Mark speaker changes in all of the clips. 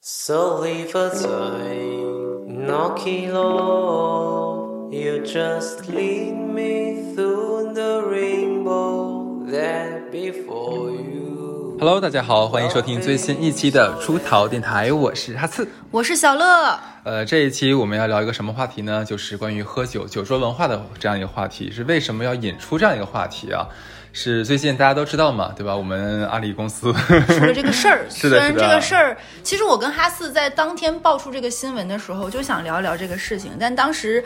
Speaker 1: So leave a time, knock it off. You just lead me through the rainbow that before you.
Speaker 2: Hello，大家好，欢迎收听最新一期的出逃电台，我是哈刺。
Speaker 3: 我是 小乐，
Speaker 2: 呃，这一期我们要聊一个什么话题呢？就是关于喝酒、酒桌文化的这样一个话题，是为什么要引出这样一个话题啊？是最近大家都知道嘛，对吧？我们阿里公司
Speaker 3: 除了这个事儿，
Speaker 2: 是
Speaker 3: 虽
Speaker 2: 的
Speaker 3: 然
Speaker 2: 是的
Speaker 3: 这个事儿，其实我跟哈四在当天爆出这个新闻的时候，就想聊一聊这个事情，但当时。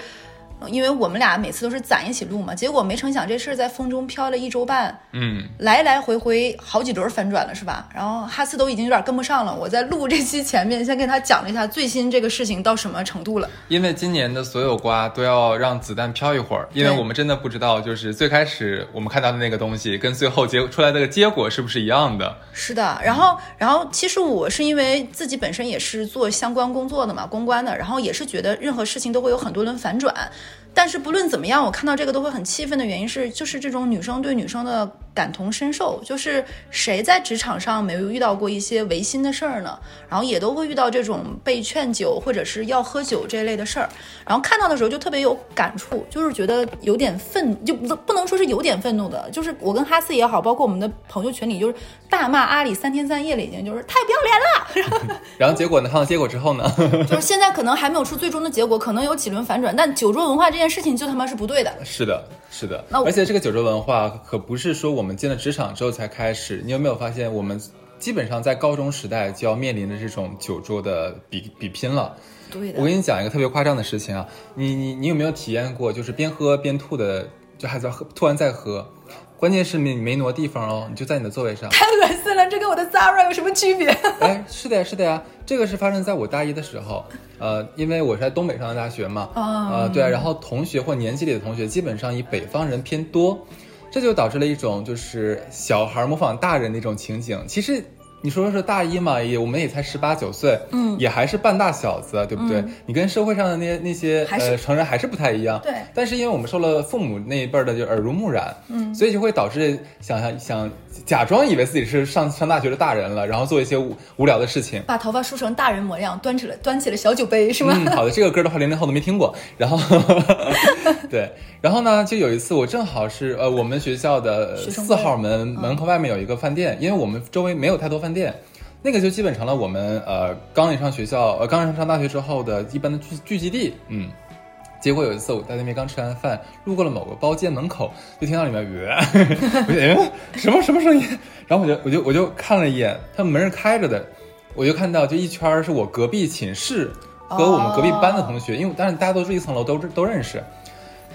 Speaker 3: 呃因为我们俩每次都是攒一起录嘛，结果没成想这事儿在风中飘了一周半，
Speaker 2: 嗯，
Speaker 3: 来来回回好几轮翻转了，是吧？然后哈斯都已经有点跟不上了。我在录这期前面先跟他讲了一下最新这个事情到什么程度了。
Speaker 2: 因为今年的所有瓜都要让子弹飘一会儿，因为
Speaker 3: 对
Speaker 2: 我们真的不知道，就是最开始我们看到的那个东西跟最后结出来的结果是不是一样的？
Speaker 3: 是的，然后，然后其实我是因为自己本身也是做相关工作的嘛，公关的，然后也是觉得任何事情都会有很多轮反转，但是不论怎么样，我看到这个都会很气愤的原因是，就是这种女生对女生的感同身受，就是谁在职场上没有遇到过一些违心的事儿呢？然后也都会遇到这种被劝酒或者是要喝酒这类的事儿，然后看到的时候就特别有感触，就是觉得有点愤，就不不能说是有点愤怒的，就是我跟哈斯也好，包括我们的朋友群里，就是大骂阿里三天三夜了，已经就是太不要脸了。
Speaker 2: 然后结果呢？看到结果之后呢？
Speaker 3: 就是现在可能还没有出最终的结果，可能有几轮反转，但酒桌文化这件事情就他妈是不对的。
Speaker 2: 是的，是的，
Speaker 3: 那我
Speaker 2: 而且这个酒桌文化可不是说我们进了职场之后才开始。你有没有发现，我们基本上在高中时代就要面临着这种酒桌的比比拼了？
Speaker 3: 对
Speaker 2: 我跟你讲一个特别夸张的事情啊，你你你有没有体验过，就是边喝边吐的，就还在喝，突然在喝，关键是你没挪地方哦，你就在你的座位上。
Speaker 3: 太恶心了，这跟我的 Zara 有什么区别？
Speaker 2: 哎，是的呀，是的呀，这个是发生在我大一的时候，呃，因为我是在东北上的大学嘛，
Speaker 3: 哦
Speaker 2: 呃，对啊，然后同学或年级里的同学基本上以北方人偏多，这就导致了一种就是小孩模仿大人的一种情景。其实你说是大一嘛，也我们也才十八九岁，嗯，也还是半大小子，对不对？你跟社会上的那些那些
Speaker 3: 嗯还是
Speaker 2: 呃成人还是不太一样，
Speaker 3: 对
Speaker 2: 但是因为我们受了父母那一辈儿的就耳濡目染，嗯，所以就会导致想想想假装以为自己是上上大学的大人了，然后做一些无无聊的事情。
Speaker 3: 把头发梳成大人模样，端起了端起了小酒杯，是吗？
Speaker 2: 嗯，好的，这个歌的话，零零后都没听过。然 后，对，然后呢，就有一次我正好是呃，我们学校的
Speaker 3: 学生
Speaker 2: 四
Speaker 3: 会嗯
Speaker 2: 号门门口外面有一个饭店，因为我们周围没有太多饭店，那个就基本成了我们呃刚一上学校呃刚一上大学之后的一般的聚聚集地，嗯。结果有一次我在那边刚吃完饭，路过了某个包间门口，就听到里面“呃”，我就哎什么什么声音，然后我就我就 我就看了一眼，他们门是开着的，我就看到就一圈儿是我隔壁寝室和我们隔壁班的同学，因为当然大家都住一层楼，都都认识。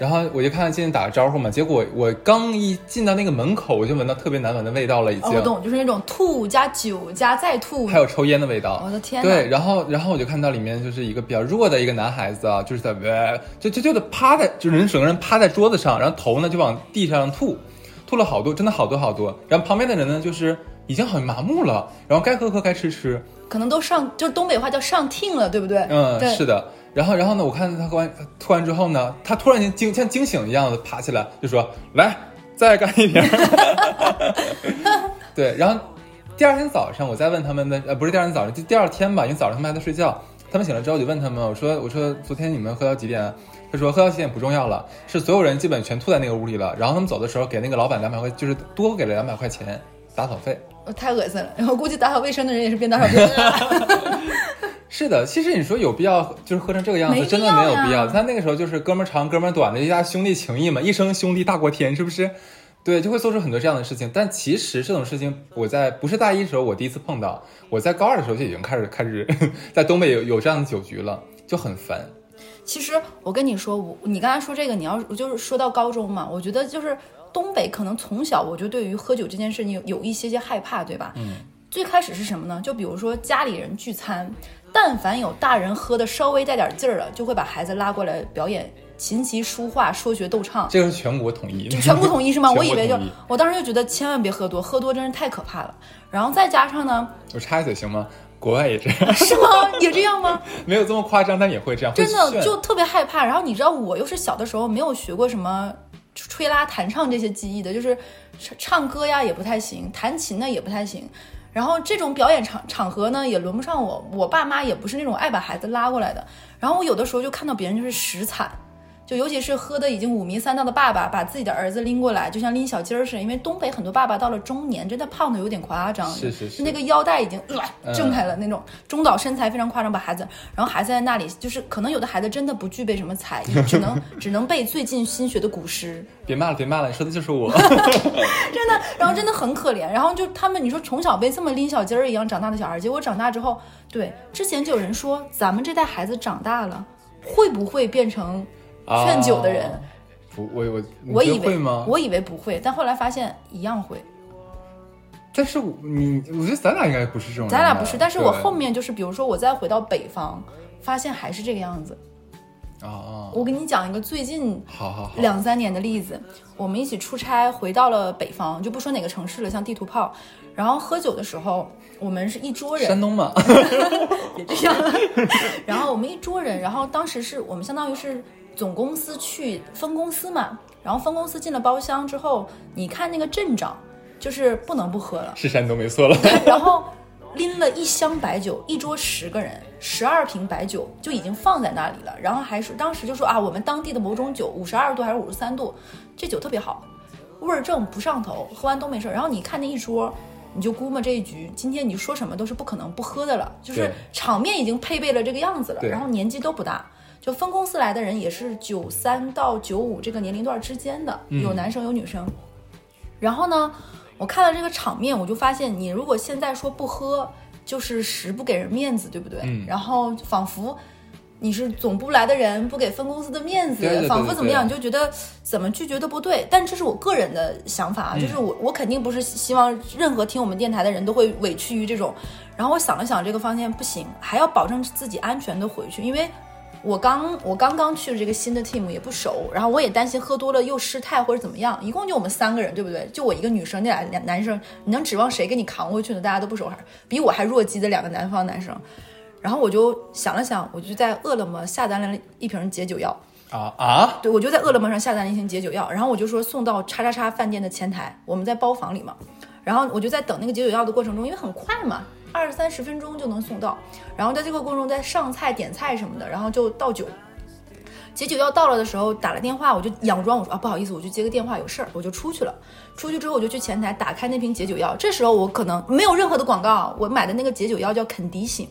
Speaker 2: 然后我就看到进去打个招呼嘛，结果我刚一进到那个门口，我就闻到特别难闻的味道了，已
Speaker 3: 哦，
Speaker 2: 经。
Speaker 3: 我懂，就是那种吐加酒加再吐，
Speaker 2: 还有抽烟的味道。
Speaker 3: 我的天哪
Speaker 2: 对，然后然后我就看到里面就是一个比较弱的一个男孩子啊，就是在呃就就就得趴在，就人整个人趴在桌子上，然后头呢就往地上吐，吐了好多，真的好多好多。然后旁边的人呢就是已经很麻木了，然后该喝喝该吃吃，
Speaker 3: 可能都上，就是东北话叫上听了，对不对？
Speaker 2: 嗯，
Speaker 3: 对
Speaker 2: 是的。然后，然后呢？我看他喝完吐完之后呢，他突然间惊像惊醒一样的爬起来，就说：“来，再干一瓶。” 对，然后第二天早上，我再问他们的，呃，不是第二天早上，就第二天吧，因为早上他们还在睡觉。他们醒了之后，我就问他们，我说：“我说昨天你们喝到几点啊？”他说：“喝到几点不重要了，是所有人基本全吐在那个屋里了。”然后他们走的时候，给那个老板两百块，就是多给了两百块钱打扫费。
Speaker 3: 我太恶心了。然后估计打扫卫生的人也是边打扫边 饿。
Speaker 2: 是的，其实你说有必要就是喝成这个样
Speaker 3: 没
Speaker 2: 子，
Speaker 3: 必
Speaker 2: 真的没有
Speaker 3: 要呀
Speaker 2: 必要。他那个时候就是哥们儿长哥们儿短的一家兄弟情谊嘛，一生兄弟大过天，是不是？对，就会做出很多这样的事情。但其实这种事情，我在不是大一的时候我第一次碰到，我在高二的时候就已经开始开始在东北有有这样的酒局了，就很烦。
Speaker 3: 其实我跟你说，我你刚才说这个，你要就是说到高中嘛，我觉得就是东北可能从小我就对于喝酒这件事情有有一些些害怕，对吧？嗯。最开始是什么呢？就比如说家里人聚餐，但凡有大人喝的稍微带点劲儿了，就会把孩子拉过来表演琴棋书画、说学逗唱，
Speaker 2: 这个是全国统一，
Speaker 3: 全部统一 是吗？
Speaker 2: 全国
Speaker 3: 我以为就
Speaker 2: 统一
Speaker 3: 我当时就觉得千万别喝多，喝多真是太可怕了。然后再加上呢，
Speaker 2: 我插一嘴行吗？国外也这样，
Speaker 3: 是吗？也这样吗？
Speaker 2: 没有这么夸张，但也会这样，会
Speaker 3: 真的
Speaker 2: 炫
Speaker 3: 就特别害怕。然后你知道，我又是小的时候没有学过什么吹拉弹唱这些技艺的，就是唱唱歌呀也不太行，弹琴呢也不太行。然后这种表演场场合呢，也轮不上我，我爸妈也不是那种爱把孩子拉过来的。然后我有的时候就看到别人就是实惨，就尤其是喝的已经五迷三道的爸爸，把自己的儿子拎过来，就像拎小鸡儿似的。因为东北很多爸爸到了中年，真的胖的有点夸张，
Speaker 2: 是是是
Speaker 3: 就那个腰带已经、
Speaker 2: 嗯
Speaker 3: 呃、挣开了那种，中岛身材非常夸张，把孩子，然后孩子在那里，就是可能有的孩子真的不具备什么才艺，只能只能背最近新学的古诗。
Speaker 2: 别骂了，别骂了，你说的就是 我。
Speaker 3: 真的，然后真的很可怜。然后就他们，你说从小被这么拎小鸡儿一样长大的小孩，结果长大之后，对，之前就有人说，咱们这代孩子长大了，会不会变成劝酒的人？
Speaker 2: 啊不，我我你
Speaker 3: 我
Speaker 2: 觉
Speaker 3: 以
Speaker 2: 得
Speaker 3: 为
Speaker 2: 会吗？
Speaker 3: 我以为不会，但后来发现一样会。
Speaker 2: 但是我你，我觉得咱俩应该不是这种人吧，
Speaker 3: 咱俩不是，但是我
Speaker 2: 嗯对
Speaker 3: 后面就是，比如说我再回到北方，发现还是这个样子。
Speaker 2: 啊啊，
Speaker 3: 我给你讲一个最近
Speaker 2: 好好好，
Speaker 3: 两三年的例子，我们一起出差回到了北方，就不说哪个城市了，像地图炮。然后喝酒的时候，我们是一桌人，
Speaker 2: 山东嘛，，
Speaker 3: 别这样。然后我们一桌人，然后当时是我们相当于是总公司去分公司嘛，然后分公司进了包厢之后，你看那个阵仗，就是不能不喝了
Speaker 2: 是山东没错了。
Speaker 3: 然后拎了一箱白酒，一桌十个人，十二瓶白酒就已经放在那里了，然后还说当时就说啊，我们当地的某种酒五十二度还是五十三度，这酒特别好，味儿正不上头，喝完都没事儿。然后你看那一桌。你就估摸这一局，今天你说什么都是不可能不喝的了，就是
Speaker 2: 对
Speaker 3: 场面已经配备了这个样子了，
Speaker 2: 对
Speaker 3: 然后年纪都不大，就分公司来的人也是九三到九五这个年龄段之间的，
Speaker 2: 嗯
Speaker 3: 有男生有女生。然后呢，我看到这个场面，我就发现你如果现在说不喝，就是实不给人面子，对不对？
Speaker 2: 嗯
Speaker 3: 然后仿佛你是总部来的人，不给分公司的面子，
Speaker 2: 对对对
Speaker 3: 仿佛怎么样，你
Speaker 2: 对
Speaker 3: 就觉得怎么拒绝都不对。但这是我个人的想法，
Speaker 2: 嗯
Speaker 3: 啊，就是我我肯定不是希望任何听我们电台的人都会委屈于这种。然后我想了想，这个方向不行，还要保证自己安全的回去，因为。我刚我刚刚去这个新的 team 也不熟，然后我也担心喝多了又失态或者怎么样。一共就我们三个人，对不对？就我一个女生，那俩男男生，你能指望谁给你扛回去呢？大家都不熟，还比我还弱鸡的两个南方男生。然后我就想了想，我就在饿了么下单了一瓶解酒药，
Speaker 2: 啊啊，
Speaker 3: 对，我就在饿了么上下单了一瓶解酒药，然后我就说送到叉叉叉饭店的前台，我们在包房里嘛，然后我就在等那个解酒药的过程中，因为很快嘛，二三十分钟就能送到，然后在这个过程中在上菜、点菜什么的，然后就倒酒。解酒药到了的时候，打了电话，我就佯装我说啊不好意思，我去接个电话，有事儿，我就出去了。出去之后，我就去前台打开那瓶解酒药，这时候我可能没有任何的广告，我买的那个解酒药叫肯迪醒，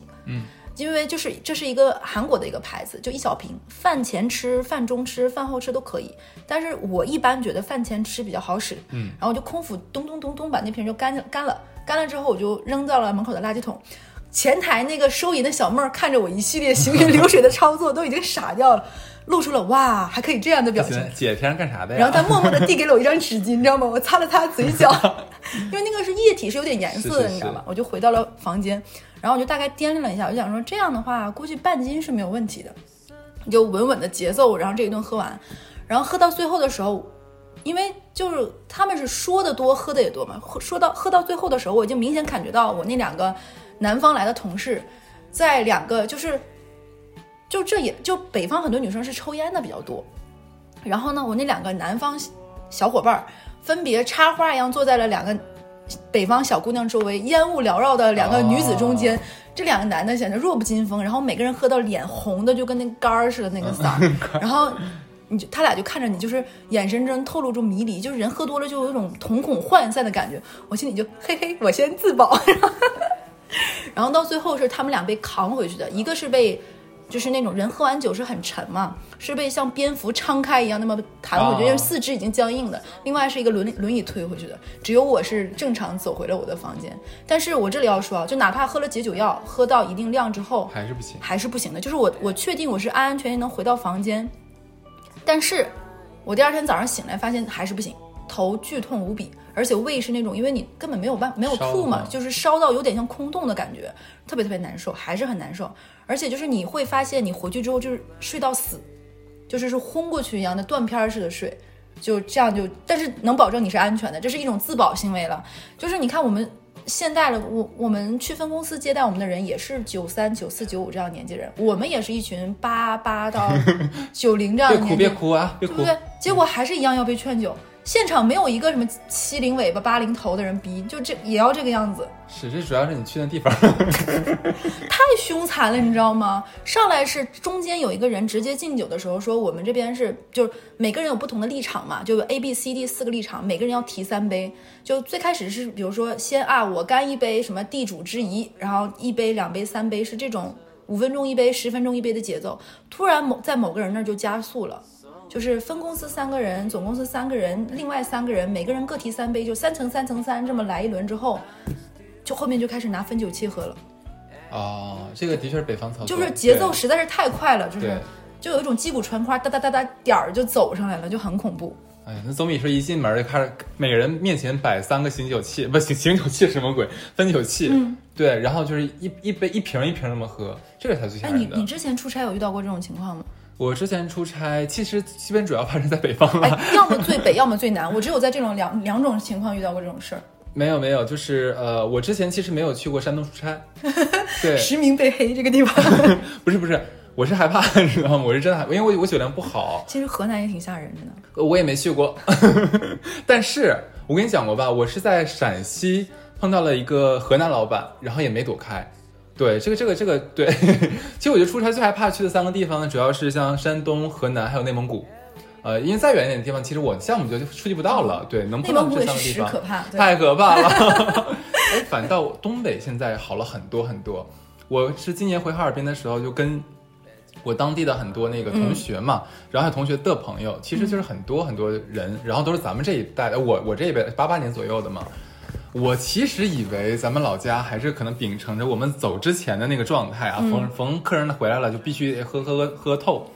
Speaker 3: 因为就是这是一个韩国的一个牌子，就一小瓶，饭前吃、饭中吃、饭后吃都可以。但是我一般觉得饭前吃比较好使，嗯，然后我就空腹咚咚咚咚把那瓶就干干了，干了之后我就扔到了门口的垃圾桶。前台那个收银的小妹儿看着我一系列行云流水的操作，都已经傻掉了，露出了哇还可以这样的表情。
Speaker 2: 姐姐平常干啥的呀？
Speaker 3: 然后他默默地递给了我一张纸巾，你知道 吗？我擦了擦嘴角， 因为那个是液体，是有点颜色
Speaker 2: 是
Speaker 3: 的，
Speaker 2: 是
Speaker 3: 你知道吗
Speaker 2: 是？
Speaker 3: 我就回到了房间，然后我就大概掂量了一下，我就想说这样的话，估计半斤是没有问题的，你就稳稳的节奏，然后这一顿喝完，然后喝到最后的时候，因为就是他们是说的多，喝的也多嘛。喝说到喝到最后的时候，我已经明显感觉到我那两个南方来的同事，在两个就是，就这也就北方很多女生是抽烟的比较多，然后呢，我那两个南方小伙伴儿分别插花一样坐在了两个北方小姑娘周围，烟雾缭绕的两个女子中间。
Speaker 2: 哦
Speaker 3: 这两个男的显得弱不禁风，然后每个人喝到脸红的就跟那杆儿似的那个色儿，然后你就他俩就看着你，就是眼神中透露出迷离，就是人喝多了就有一种瞳孔涣散的感觉。我心里就嘿嘿，我先自保。 然后到最后是他们俩被扛回去的，一个是被。就是那种人喝完酒是很沉嘛，是被像蝙蝠撑开一样那么弹回去，
Speaker 2: 啊
Speaker 3: 因为四肢已经僵硬的。另外是一个轮轮椅推回去的，只有我是正常走回了我的房间。但是我这里要说啊，就哪怕喝了解酒药，喝到一定量之后，
Speaker 2: 还是不行。
Speaker 3: 还是不行的。就是我我确定我是安安全全能回到房间，但是我第二天早上醒来发现还是不行，头剧痛无比，而且胃是那种因为你根本没有办没有
Speaker 2: 烧
Speaker 3: 吐嘛
Speaker 2: 嘛，
Speaker 3: 就是烧到有点像空洞的感觉，特别特别难受，还是很难受。而且就是你会发现你回去之后就是睡到死，就是是昏过去一样的断片儿似的睡。就这样就，但是能保证你是安全的，这是一种自保行为了。就是你看我们现代了，我我们去分公司接待我们的人也是九三、九四、九五这样的年纪人，我们也是一群八八到九零这样
Speaker 2: 别哭
Speaker 3: 的年 纪，
Speaker 2: 别哭啊，别
Speaker 3: 对不
Speaker 2: 哭！
Speaker 3: 对？结果还是一样要被劝酒。现场没有一个什么七零尾巴八零头的人逼，就这也要这个样子，
Speaker 2: 是这主要是你去的地方，
Speaker 3: 太凶残了，你知道吗？上来是中间有一个人直接敬酒的时候说，我们这边是就是每个人有不同的立场嘛，就有 A、B、C、D 四个立场，每个人要提三杯。就最开始是比如说先啊，我干一杯什么地主之谊，然后一杯、两杯、三杯是这种五分钟一杯、十分钟一杯的节奏，突然某在某个人那儿就加速了。就是分公司三个人，总公司三个人，另外三个人每个人各提三杯，就三乘三乘三这么来一轮之后，就后面就开始拿分酒器喝了，
Speaker 2: 哦，这个的确是北方操作，
Speaker 3: 就是节奏
Speaker 2: 对
Speaker 3: 实在是太快了，就是
Speaker 2: 对
Speaker 3: 就有一种击鼓传花，哒哒哒哒点儿就走上来了，就很恐怖。
Speaker 2: 哎呀，那总比说一进门就开始每个人面前摆三个醒酒器， 不醒醒酒器是什么鬼？分酒器，
Speaker 3: 嗯
Speaker 2: 对，然后就是一一杯一瓶一瓶那么喝，这个才最吓
Speaker 3: 哎，
Speaker 2: 人
Speaker 3: 你
Speaker 2: 的。
Speaker 3: 你之前出差有遇到过这种情况吗？
Speaker 2: 我之前出差，其实基本主要发生在北方啊了。
Speaker 3: 哎，要么最北，要么最南，我只有在这种两两种情况遇到过这种事儿，
Speaker 2: 没有没有，就是呃，我之前其实没有去过山东出差，对，
Speaker 3: 实名被黑这个地方，
Speaker 2: 不是不是，我是害怕，你知道吗？我是真害，因为我我酒量不好，
Speaker 3: 其实河南也挺吓人的呢。
Speaker 2: 我也没去过， 但是我跟你讲过吧，我是在陕西碰到了一个河南老板，然后也没躲开。对，这个这个这个对， 其实我觉得出差最害怕去的三个地方呢，主要是像山东、河南还有内蒙古。呃，因为再远一点的地方，其实我像我们就触及不到了。对，能
Speaker 3: 内
Speaker 2: 碰到
Speaker 3: 蒙古
Speaker 2: 这
Speaker 3: 也
Speaker 2: 三
Speaker 3: 是
Speaker 2: 个地
Speaker 3: 实
Speaker 2: 方，
Speaker 3: 可怕，对，
Speaker 2: 太可怕了。 哎，反倒东北现在好了很多很多。我是今年回哈尔滨的时候，就跟我当地的很多那个同学嘛，然后还有同学的朋友，其实就是很多很多人，然后都是咱们这一代，呃我我这一辈八八年左右的嘛。我其实以为咱们老家还是可能秉承着我们走之前的那个状态啊，逢逢客人回来了就必须得喝喝喝喝透。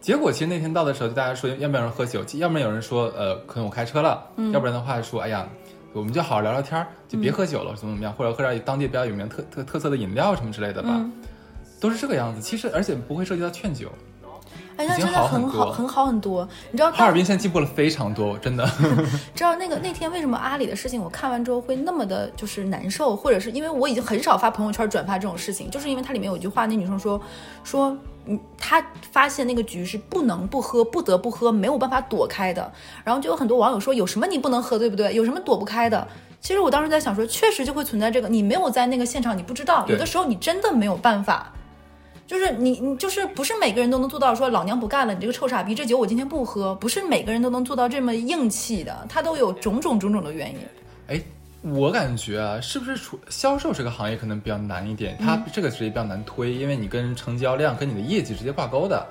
Speaker 2: 结果其实那天到的时候，就大家说，要不然有人喝酒，要不然有人说，呃，可能我开车了，要不然的话说，哎呀，我们就好好聊聊天儿，就别喝酒了，怎么怎么样，或者喝点当地比较有名特特特色的饮料什么之类的吧，
Speaker 3: 嗯
Speaker 2: 都是这个样子。其实而且不会涉及到劝酒。
Speaker 3: 哎，那
Speaker 2: 已
Speaker 3: 真
Speaker 2: 经
Speaker 3: 的
Speaker 2: 好
Speaker 3: 很
Speaker 2: 很
Speaker 3: 好，
Speaker 2: 多
Speaker 3: 很好很多。你知道
Speaker 2: 哈
Speaker 3: 当
Speaker 2: 尔滨现在进步了非常多，真的。
Speaker 3: 知道那个那天为什么阿里的事情，我看完之后会那么的，就是难受，或者是因为我已经很少发朋友圈转发这种事情，就是因为它里面有一句话，那女生说说，嗯，她发现那个局是不能不喝，不得不喝，没有办法躲开的。然后就有很多网友说，有什么你不能喝，对不对？有什么躲不开的？其实我当时在想说，确实就会存在这个，你没有在那个现场，你不知道，
Speaker 2: 对
Speaker 3: 有的时候你真的没有办法。就是你，你就是不是每个人都能做到说老娘不干了，你这个臭傻逼，这酒我今天不喝，不是每个人都能做到这么硬气的，他都有种种种种的原因。
Speaker 2: 哎，我感觉啊，是不是除销售这个行业可能比较难一点，
Speaker 3: 嗯
Speaker 2: 它这个职业比较难推，因为你跟成交量跟你的业绩直接挂钩的。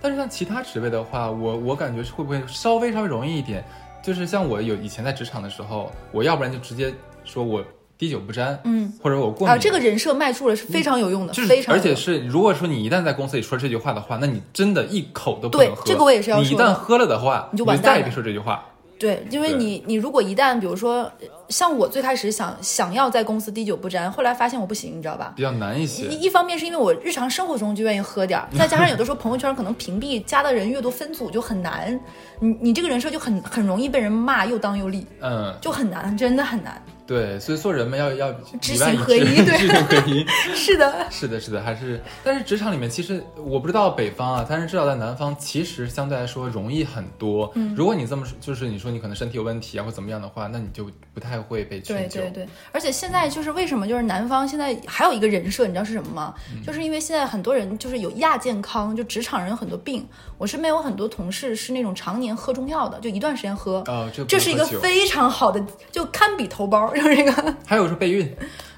Speaker 2: 但是像其他职位的话，我我感觉是会不会稍微稍微容易一点？就是像我有以前在职场的时候，我要不然就直接说我滴酒不沾，
Speaker 3: 嗯，
Speaker 2: 或者我过敏。
Speaker 3: 啊，这个人设迈出了是非常有用的，
Speaker 2: 嗯就是
Speaker 3: 非，常
Speaker 2: 而
Speaker 3: 有
Speaker 2: 且
Speaker 3: 用。
Speaker 2: 是，如果说你一旦在公司里说这句话的话，那你真的一口都不
Speaker 3: 对
Speaker 2: 能喝。
Speaker 3: 这个我也是要
Speaker 2: 你一
Speaker 3: 说的
Speaker 2: 旦喝了的话，
Speaker 3: 你
Speaker 2: 你
Speaker 3: 就完蛋
Speaker 2: 再也
Speaker 3: 了
Speaker 2: 别说这句话。
Speaker 3: 对，因为
Speaker 2: 对
Speaker 3: 你你如果一旦比如说呃像我最开始想想要在公司滴酒不沾，后来发现我不行，你知道吧？
Speaker 2: 比较难一些。
Speaker 3: 一一方面是因为我日常生活中就愿意喝点儿，再加上有的时候朋友圈可能屏蔽加的人越多，分组就很难，你你这个人设就很很容易被人骂，又当又立，
Speaker 2: 嗯，
Speaker 3: 就很难，真的很难。
Speaker 2: 对，所以做人们要要
Speaker 3: 知
Speaker 2: 里外
Speaker 3: 行合
Speaker 2: 致
Speaker 3: 一对
Speaker 2: 知行合一。
Speaker 3: 是的，
Speaker 2: 是的，是的，还是，但是职场里面其实我不知道北方啊，但是至少在南方，其实相对来说容易很多。嗯，如果你这么说，就是你说你可能身体有问题啊，或怎么样的话，那你就不太会被
Speaker 3: 对
Speaker 2: 劝酒。
Speaker 3: 对对，而且现在就是为什么就是南方现在还有一个人设，你知道是什么吗？
Speaker 2: 嗯
Speaker 3: 就是因为现在很多人就是有亚健康，就职场人有很多病。我身边有很多同事是那种常年喝中药的，就一段时间喝，
Speaker 2: 哦这个不
Speaker 3: 这
Speaker 2: 能
Speaker 3: 是一
Speaker 2: 喝
Speaker 3: 个
Speaker 2: 酒
Speaker 3: 非常好的，就堪比头孢，就是这个
Speaker 2: 还有说备孕，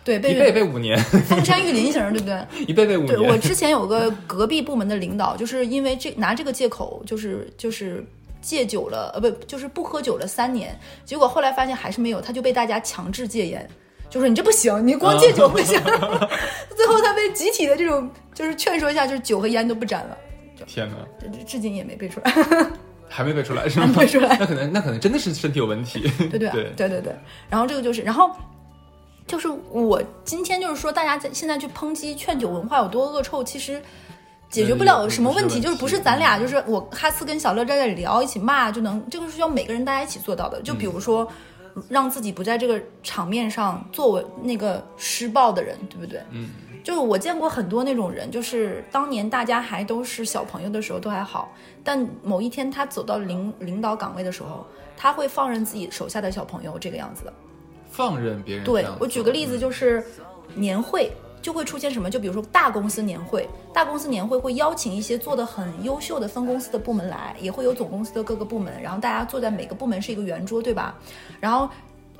Speaker 3: 对
Speaker 2: 一
Speaker 3: 被
Speaker 2: 备
Speaker 3: 人
Speaker 2: 备五年，
Speaker 3: 封山育林型儿，对不对？
Speaker 2: 一备备五
Speaker 3: 对我
Speaker 2: 年。
Speaker 3: 之前有个隔壁部门的领导，就是因为这拿这个借口，就是就是戒酒了，呃，不，就是不喝酒了三年，结果后来发现还是没有，他就被大家强制戒烟，就说你这不行，你光戒酒不行。 最后他被集体的这种就是劝说一下，就是酒和烟都不沾了，
Speaker 2: 天哪，
Speaker 3: 这这至今也没背出来。
Speaker 2: 还没背出来是吗？
Speaker 3: 没背出来
Speaker 2: 那可能那可能真的是身体有问题。
Speaker 3: 对对
Speaker 2: 对
Speaker 3: 对对对。然后这个就是，然后就是我今天就是说，大家在现在去抨击劝酒文化有多恶臭，其实。解决不了什么问题，
Speaker 2: 嗯
Speaker 3: 就是不是咱俩，就是我哈斯跟小乐在这里聊，一起骂就能，这个是需要每个人大家一起做到的。就比如说，让自己不在这个场面上作为那个施暴的人，对不对？嗯，就是我见过很多那种人，就是当年大家还都是小朋友的时候都还好，但某一天他走到领领导岗位的时候，他会放任自己手下的小朋友这个样子的。
Speaker 2: 放任别人这
Speaker 3: 对
Speaker 2: 样做。
Speaker 3: 我举个例子，
Speaker 2: 嗯
Speaker 3: 就是年会就会出现什么？就比如说大公司年会，大公司年会会邀请一些做的很优秀的分公司的部门来，也会有总公司的各个部门，然后大家坐在每个部门是一个圆桌，对吧？然后。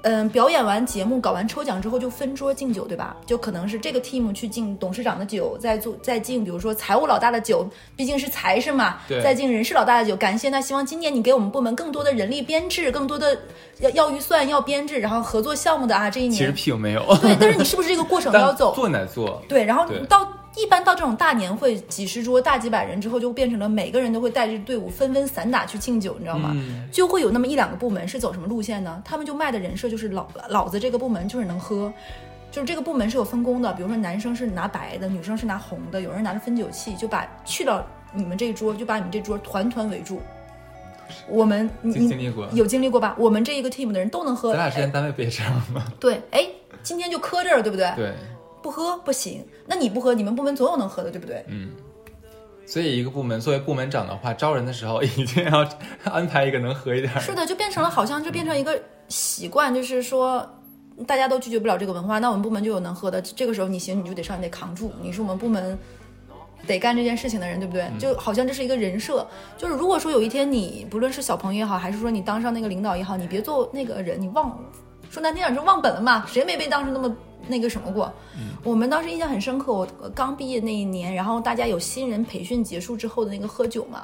Speaker 3: 嗯，表演完节目，搞完抽奖之后就分桌敬酒，对吧？就可能是这个 team 去敬董事长的酒，再做再敬，比如说财务老大的酒，毕竟是财神嘛，
Speaker 2: 对
Speaker 3: 再敬人事老大的酒，感谢。那希望今年你给我们部门更多的人力编制，更多的要要预算，要编制，然后合作项目的啊，这一年
Speaker 2: 其实屁用没有。
Speaker 3: 对，但是你是不是这个过程都要
Speaker 2: 但
Speaker 3: 走？
Speaker 2: 做乃做，
Speaker 3: 对，然后
Speaker 2: 对
Speaker 3: 到一般到这种大年会，几十桌大几百人之后，就变成了每个人都会带着队伍纷纷散打去敬酒，你知道吗？
Speaker 2: 嗯
Speaker 3: 就会有那么一两个部门是走什么路线呢？他们就卖的人设就是老老子这个部门就是能喝。就是这个部门是有分工的，比如说男生是拿白的，女生是拿红的，有人拿着分酒器，就把去到你们这一桌，就把你们这桌团团围住。我们你
Speaker 2: 经
Speaker 3: 你
Speaker 2: 经历过
Speaker 3: 有经历过吧？我们这一个 team 的人都能喝，哎
Speaker 2: 咱俩之前单位不也这样吗？
Speaker 3: 对，哎，今天就磕这儿，对不对？
Speaker 2: 对，
Speaker 3: 不喝不行，那你不喝，你们部门总有能喝的，对不对？
Speaker 2: 嗯。所以一个部门作为部门长的话，招人的时候一定要安排一个能喝一点儿。
Speaker 3: 是的，就变成了好像就变成一个习惯，就是说大家都拒绝不了这个文化，那我们部门就有能喝的，这个时候你行，你就得上，你得扛住，你是我们部门。得干这件事情的人，对不对？就好像这是一个人设，就是如果说有一天你不论是小朋友也好，还是说你当上那个领导也好，你别做那个人，你忘说难听点就忘本了嘛，谁没被当时那么那个什么过？我们当时印象很深刻，我呃刚毕业那一年，然后大家有新人培训结束之后的那个喝酒嘛，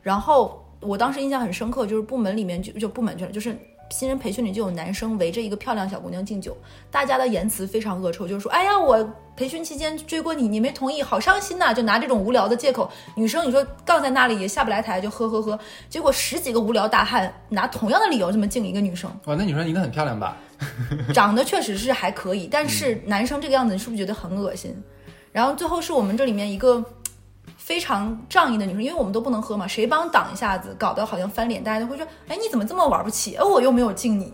Speaker 3: 然后我当时印象很深刻，就是部门里面就就部门去了，就是新人培训里就有男生围着一个漂亮小姑娘敬酒，大家的言辞非常恶臭，就是说，哎呀，我培训期间追过你，你没同意，好伤心呐、就拿这种无聊的借口，女生你说杠在那里也下不来台，就呵呵呵，结果十几个无聊大汉拿同样的理由这么敬一个女生，
Speaker 2: 哇，那女生一定很漂亮吧？
Speaker 3: 长得确实是还可以，但是男生这个样子，你是不是觉得很恶心？然后最后是我们这里面一个嘖非常仗义的女生，因为我们都不能喝嘛，谁帮挡一下子，搞得好像翻脸，大家都会说，哎，你怎么这么玩不起？哎，我又没有敬你，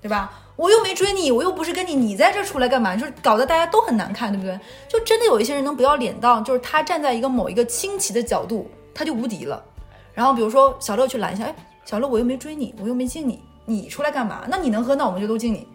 Speaker 3: 对吧？我又没追你，我又不是跟你，你在这出来干嘛？就是搞得大家都很难看，对不对？就真的有一些人能不要脸到，就是他站在一个某一个清奇的角度，他就无敌了。然后比如说小乐去拦一下，哎，小乐我又没追你，我又没敬你，你出来干嘛？那你能喝，那我们就都敬你，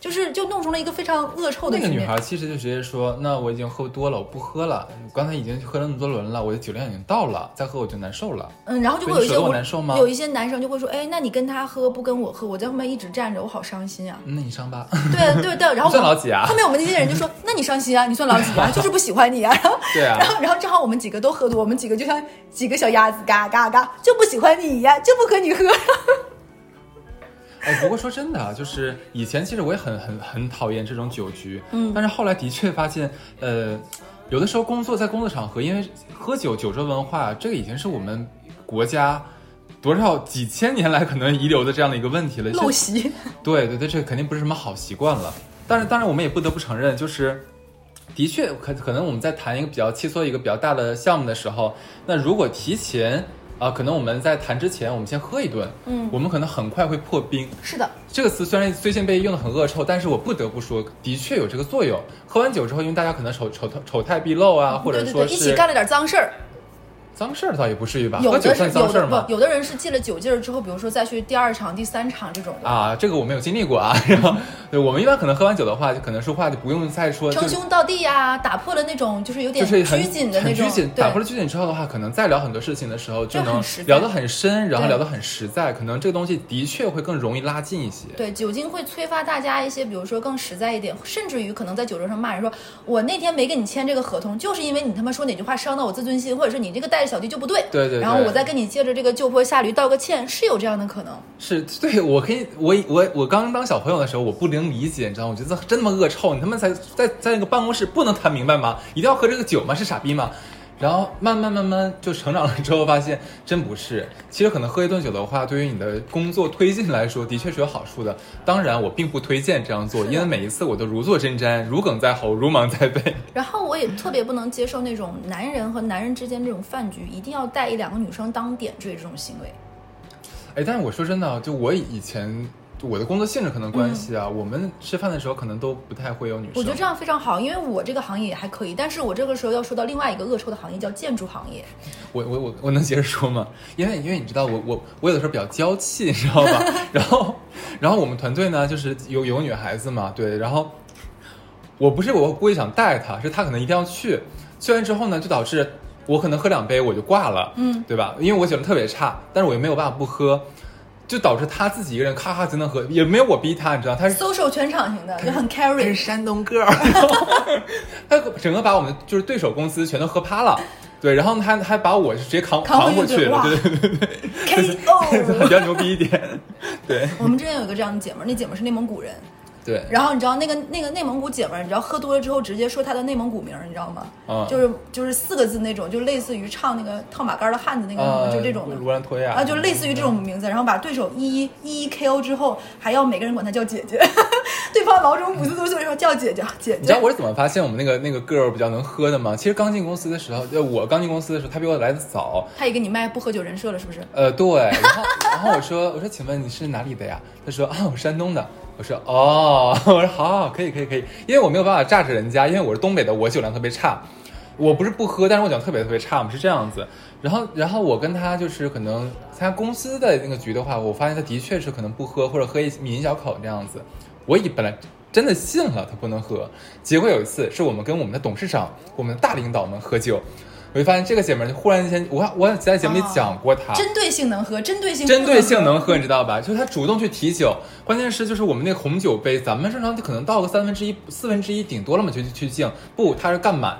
Speaker 3: 就是就弄成了一个非常恶臭的
Speaker 2: 那个
Speaker 3: 局面。
Speaker 2: 女孩其实就直接说：“那我已经喝多了，我不喝了。刚才已经喝了那么多轮了，我的酒量已经到了，再喝我就难受了。
Speaker 3: 嗯，然后就会
Speaker 2: 所
Speaker 3: 有
Speaker 2: 以
Speaker 3: 一
Speaker 2: 你
Speaker 3: 些
Speaker 2: 舍得我
Speaker 3: 无
Speaker 2: 难受吗
Speaker 3: 有一些男生就会说，哎，那你跟他喝不跟我喝，我在后面一直站着，我好伤心啊。
Speaker 2: 嗯那你上吧。
Speaker 3: 对对对，然
Speaker 2: 你
Speaker 3: 后
Speaker 2: 算
Speaker 3: 我
Speaker 2: 老几啊
Speaker 3: 后面我们那些人就说，那你伤心啊，你算老几啊？ 就是不喜欢你啊。然后
Speaker 2: 对啊
Speaker 3: 然后然后正好我们几个都喝多，我们几个就像几个小鸭子，嘎嘎嘎，就不喜欢你一样，就不和你喝。
Speaker 2: 哎，不过说真的啊，就是以前其实我也很很很讨厌这种酒局，嗯，但是后来的确发现，呃，有的时候工作在工作场合，因为喝酒酒桌文化，这个已经是我们国家多少几千年来可能遗留的这样的一个问题了。
Speaker 3: 陋
Speaker 2: 是
Speaker 3: 习，
Speaker 2: 对对对，这肯定不是什么好习惯了。但是当然，我们也不得不承认，就是的确可可能我们在谈一个比较切磋一个比较大的项目的时候，那如果提前啊、可能我们在谈之前，我们先喝一顿，
Speaker 3: 嗯
Speaker 2: 我们可能很快会破冰。
Speaker 3: 是的，
Speaker 2: 这个词虽然最近被用的很恶臭，但是我不得不说，的确有这个作用。喝完酒之后，因为大家可能丑丑丑态毕露啊，或
Speaker 3: 对
Speaker 2: 者
Speaker 3: 对
Speaker 2: 说
Speaker 3: 对，一起
Speaker 2: 是
Speaker 3: 干了点脏事儿。
Speaker 2: 脏事儿，倒也不至于吧？
Speaker 3: 有
Speaker 2: 喝酒
Speaker 3: 的是
Speaker 2: 算脏
Speaker 3: 有
Speaker 2: 事儿
Speaker 3: 的
Speaker 2: 吗
Speaker 3: 不，？有的人是借了酒劲儿之后，比如说再去第二场、第三场这种的，
Speaker 2: 啊，这个我没有经历过啊。然后，对我们一般可能喝完酒的话，就可能说话就不用再说，就
Speaker 3: 称兄道弟呀、打破了那种就是有点
Speaker 2: 就是很
Speaker 3: 拘谨的那
Speaker 2: 很
Speaker 3: 种，
Speaker 2: 拘谨。
Speaker 3: 对
Speaker 2: 打破了拘谨之后的话，可能再聊很多事情的时候，就
Speaker 3: 就很
Speaker 2: 能
Speaker 3: 实在
Speaker 2: 聊得很深，然后
Speaker 3: 对
Speaker 2: 聊得很实在。可能这个东西的确会更容易拉近一些。
Speaker 3: 对，酒精会催发大家一些，比如说更实在一点，甚至于可能在酒桌上骂人说，我那天没跟你签这个合同，就是因为你他妈说哪句话伤到我自尊心，或者是你这个带着小弟就不对，
Speaker 2: 对对对
Speaker 3: 然后我再跟你借着这个旧坡下驴道个歉，是有这样的可能。
Speaker 2: 是对 我可以，我我我刚当小朋友的时候，我不能理解，你知道吗？我觉得真他妈恶臭，你他妈在在在那个办公室不能谈明白吗？一定要喝这个酒吗？是傻逼吗？然后慢慢慢慢就成长了之后，发现真不是。其实可能喝一顿酒的话，对于你的工作推进来说，的确是有好处的。当然，我并不推荐这样做，因为每一次我都如坐针毡，如鲠在喉，如芒在背。
Speaker 3: 然后我也特别不能接受那种男人和男人之间这种饭局，一定要带一两个女生当点缀这种行为。
Speaker 2: 哎，但是我说真的啊，就我以前我的工作性质可能关系啊，我们吃饭的时候可能都不太会有女生。
Speaker 3: 嗯我觉得这样非常好，因为我这个行业还可以，但是我这个时候要说到另外一个恶臭的行业，叫建筑行业。
Speaker 2: 我我我我能接着说吗？因为因为你知道我我我有的时候比较娇气，你知道 吧？然后然后我们团队呢，就是有有女孩子嘛，对，然后我不是我故意想带她，是她可能一定要去，去完之后呢，就导致我可能喝两杯我就挂了，
Speaker 3: 嗯，
Speaker 2: 对吧？因为我酒量特别差，但是我又没有办法不喝。就导致她自己一个人咔咔在那喝，也没有我逼她，你知道，她是
Speaker 3: social 全场型的就很
Speaker 2: 她是
Speaker 3: carry，
Speaker 2: 山东 girl，他整个把我们就是对手公司全都喝趴了，对，然后他还把我直接扛
Speaker 3: 扛
Speaker 2: 扛
Speaker 3: 回
Speaker 2: 过
Speaker 3: 去
Speaker 2: 去了，
Speaker 3: 哇
Speaker 2: 对对对对
Speaker 3: KO
Speaker 2: 比较牛逼一点，对
Speaker 3: 我们之前有一个这样的姐们儿，那姐们儿是内蒙古人，
Speaker 2: 对，
Speaker 3: 然后你知道那个那个内蒙古姐们儿，你知道喝多了之后直接说她的内蒙古名儿，你知道吗？
Speaker 2: 嗯
Speaker 3: 就是就是四个字那种，就类似于唱那个套马杆儿的汉子那个，
Speaker 2: 啊，
Speaker 3: 就这种的。
Speaker 2: 罗兰托亚
Speaker 3: 啊，就类似于这种名字，然后把对手一一一一 KO 之后，还要每个人管她叫姐姐，对方老总五十多岁的时候叫姐姐姐
Speaker 2: 你知道
Speaker 3: 姐，
Speaker 2: 我是怎么发现我们那个那个 girl 比较能喝的吗？其实刚进公司的时候，就我刚进公司的时候，她比我来的早，
Speaker 3: 她也给你卖不喝酒人设了，是不是？
Speaker 2: 呃，对，然后然后我说我说，请问你是哪里的呀？他说啊，我山东的。我说哦， 我说好好，可以可以可以，因为我没有办法榨着人家，因为我是东北的，我酒量特别差。我不是不喝，但是我酒量特别特别差，我们是这样子。然后，然后我跟他就是可能参加公司的那个局的话，我发现他的确是可能不喝，或者喝一抿一小口这样子。我以本来真的信了他不能喝，结果有一次是我们跟我们的董事长、我们的大领导们喝酒，我就发现这个姐们儿就忽然间，我我在节目里
Speaker 3: 哦
Speaker 2: 讲过她，
Speaker 3: 针对性能喝，针对性
Speaker 2: 针对性
Speaker 3: 不
Speaker 2: 能喝，你知道吧？就是他主动去提酒，关键是就是我们那个红酒杯，咱们正常可能倒个三分之一、四分之一顶多了嘛，就去敬。不，他是干满，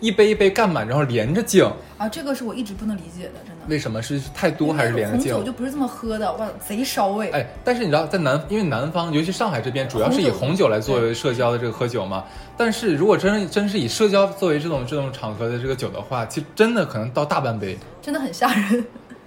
Speaker 2: 一杯一杯干满，然后连着敬。
Speaker 3: 啊，这个是我一直不能理解的，真的。
Speaker 2: 为什么是太多还是连着
Speaker 3: 红酒
Speaker 2: 敬
Speaker 3: 就？不是这么喝的，哇，贼烧胃。
Speaker 2: 哎，但是你知道，在南，因为南方，尤其上海这边，主要是以
Speaker 3: 红酒
Speaker 2: 红酒来作为社交的这个喝酒嘛。但是如果真真是以社交作为这种这种场合的这个酒的话，其实真的可能到大半杯。
Speaker 3: 真的很吓人，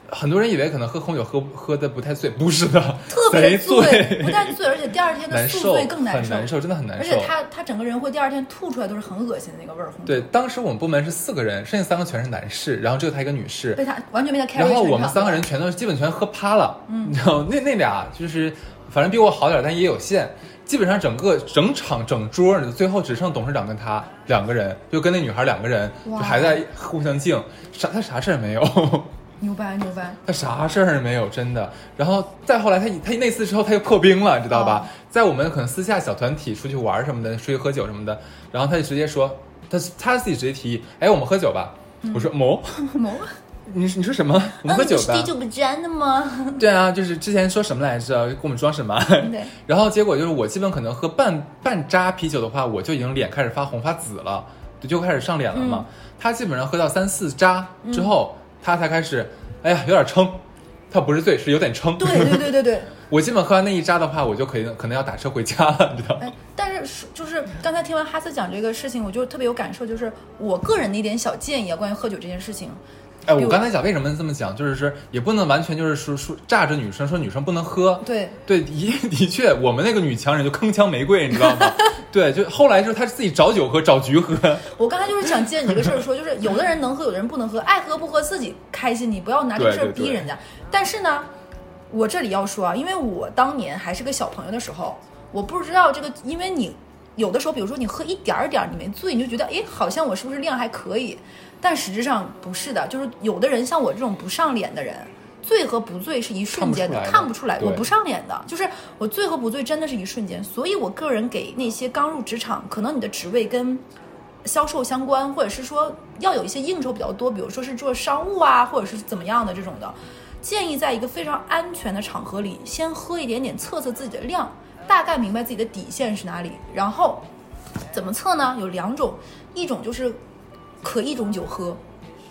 Speaker 2: 很多人以为可能喝红酒喝喝的不太醉，不是的，
Speaker 3: 特
Speaker 2: 贼
Speaker 3: 别
Speaker 2: 醉，
Speaker 3: 不但醉，而且第二天的
Speaker 2: 难
Speaker 3: 宿
Speaker 2: 受，
Speaker 3: 醉更难
Speaker 2: 很难受，真的很难
Speaker 3: 而
Speaker 2: 受
Speaker 3: 且。他他整个人会第二天吐出来都是很恶心的那个味儿，红酒
Speaker 2: 对，当时我们部门是四个人，剩下三个全是男士，然后只有他一个女士，
Speaker 3: 被他完全被他 carry
Speaker 2: 然后
Speaker 3: 全
Speaker 2: 我们
Speaker 3: 场
Speaker 2: 三个人全都基本全喝趴了，嗯，然后那那俩就是反正比我好点儿，但也有限，基本上整个整场整桌最后只剩董事长跟他两个人，就跟那女孩两个人就
Speaker 3: 哇
Speaker 2: 还在互相敬，啥他啥事儿没有。
Speaker 3: 牛掰牛掰，
Speaker 2: 他啥事儿没有，真的。然后再后来他，他那次之后他又破冰了，你知道吧？
Speaker 3: 哦
Speaker 2: 在我们可能私下小团体出去玩什么的，出去喝酒什么的，然后他就直接说，他他自己直接提议，哎，我们喝酒吧。我说某，
Speaker 3: 萌。
Speaker 2: 你你说什么？我们
Speaker 3: 嗯
Speaker 2: 喝酒吧。
Speaker 3: 不沾的吗？
Speaker 2: 对啊，就是之前说什么来着，给我们装什么？
Speaker 3: 对，
Speaker 2: 然后结果就是我基本可能喝半半扎啤酒的话，我就已经脸开始发红发紫了，就就开始上脸了
Speaker 3: 嗯
Speaker 2: 嘛。他基本上喝到三四扎之后，他才开始，哎呀，有点撑。他不是醉，是有点撑。
Speaker 3: 对对对对对。
Speaker 2: 我基本喝完那一扎的话，我就可以可能要打车回家了，你知道吗？
Speaker 3: 哎，但是说就是刚才听完哈斯讲这个事情，我就特别有感受，就是我个人的一点小建议啊，关于喝酒这件事情，
Speaker 2: 哎，
Speaker 3: 比
Speaker 2: 我
Speaker 3: 如
Speaker 2: 刚才讲为什么这么讲，就是说也不能完全就是说说炸着女生，说女生不能喝。
Speaker 3: 对，
Speaker 2: 对，的 的确，我们那个女强人就铿锵玫瑰，你知道吗？ 对，就后来就是她自己找酒喝，找局喝。
Speaker 3: 我刚才就是想借你这个事儿说，就是有的人能喝，有的人不能喝，爱喝不喝自己开心，你不要拿这个事儿
Speaker 2: 对对对
Speaker 3: 逼人家。但是呢，我这里要说啊，因为我当年还是个小朋友的时候，我不知道这个，因为你有的时候，比如说你喝一点儿点儿，你没醉，你就觉得诶，好像我是不是量还可以？但实质上不是的，就是有的人像我这种不上脸的人。醉和不醉是一瞬间的，
Speaker 2: 看
Speaker 3: 看
Speaker 2: 不
Speaker 3: 不
Speaker 2: 出
Speaker 3: 出
Speaker 2: 来的
Speaker 3: 来。
Speaker 2: 对
Speaker 3: 我不上脸的，就是我醉和不醉真的是一瞬间。所以我个人给那些刚入职场，可能你的职位跟销售相关，或者是说要有一些应酬比较多，比如说是做商务啊，或者是怎么样的这种的，建议在一个非常安全的场合里，先喝一点点，测测自己的量，大概明白自己的底线是哪里，然后怎么测呢？有两种，一种就是可一种酒喝，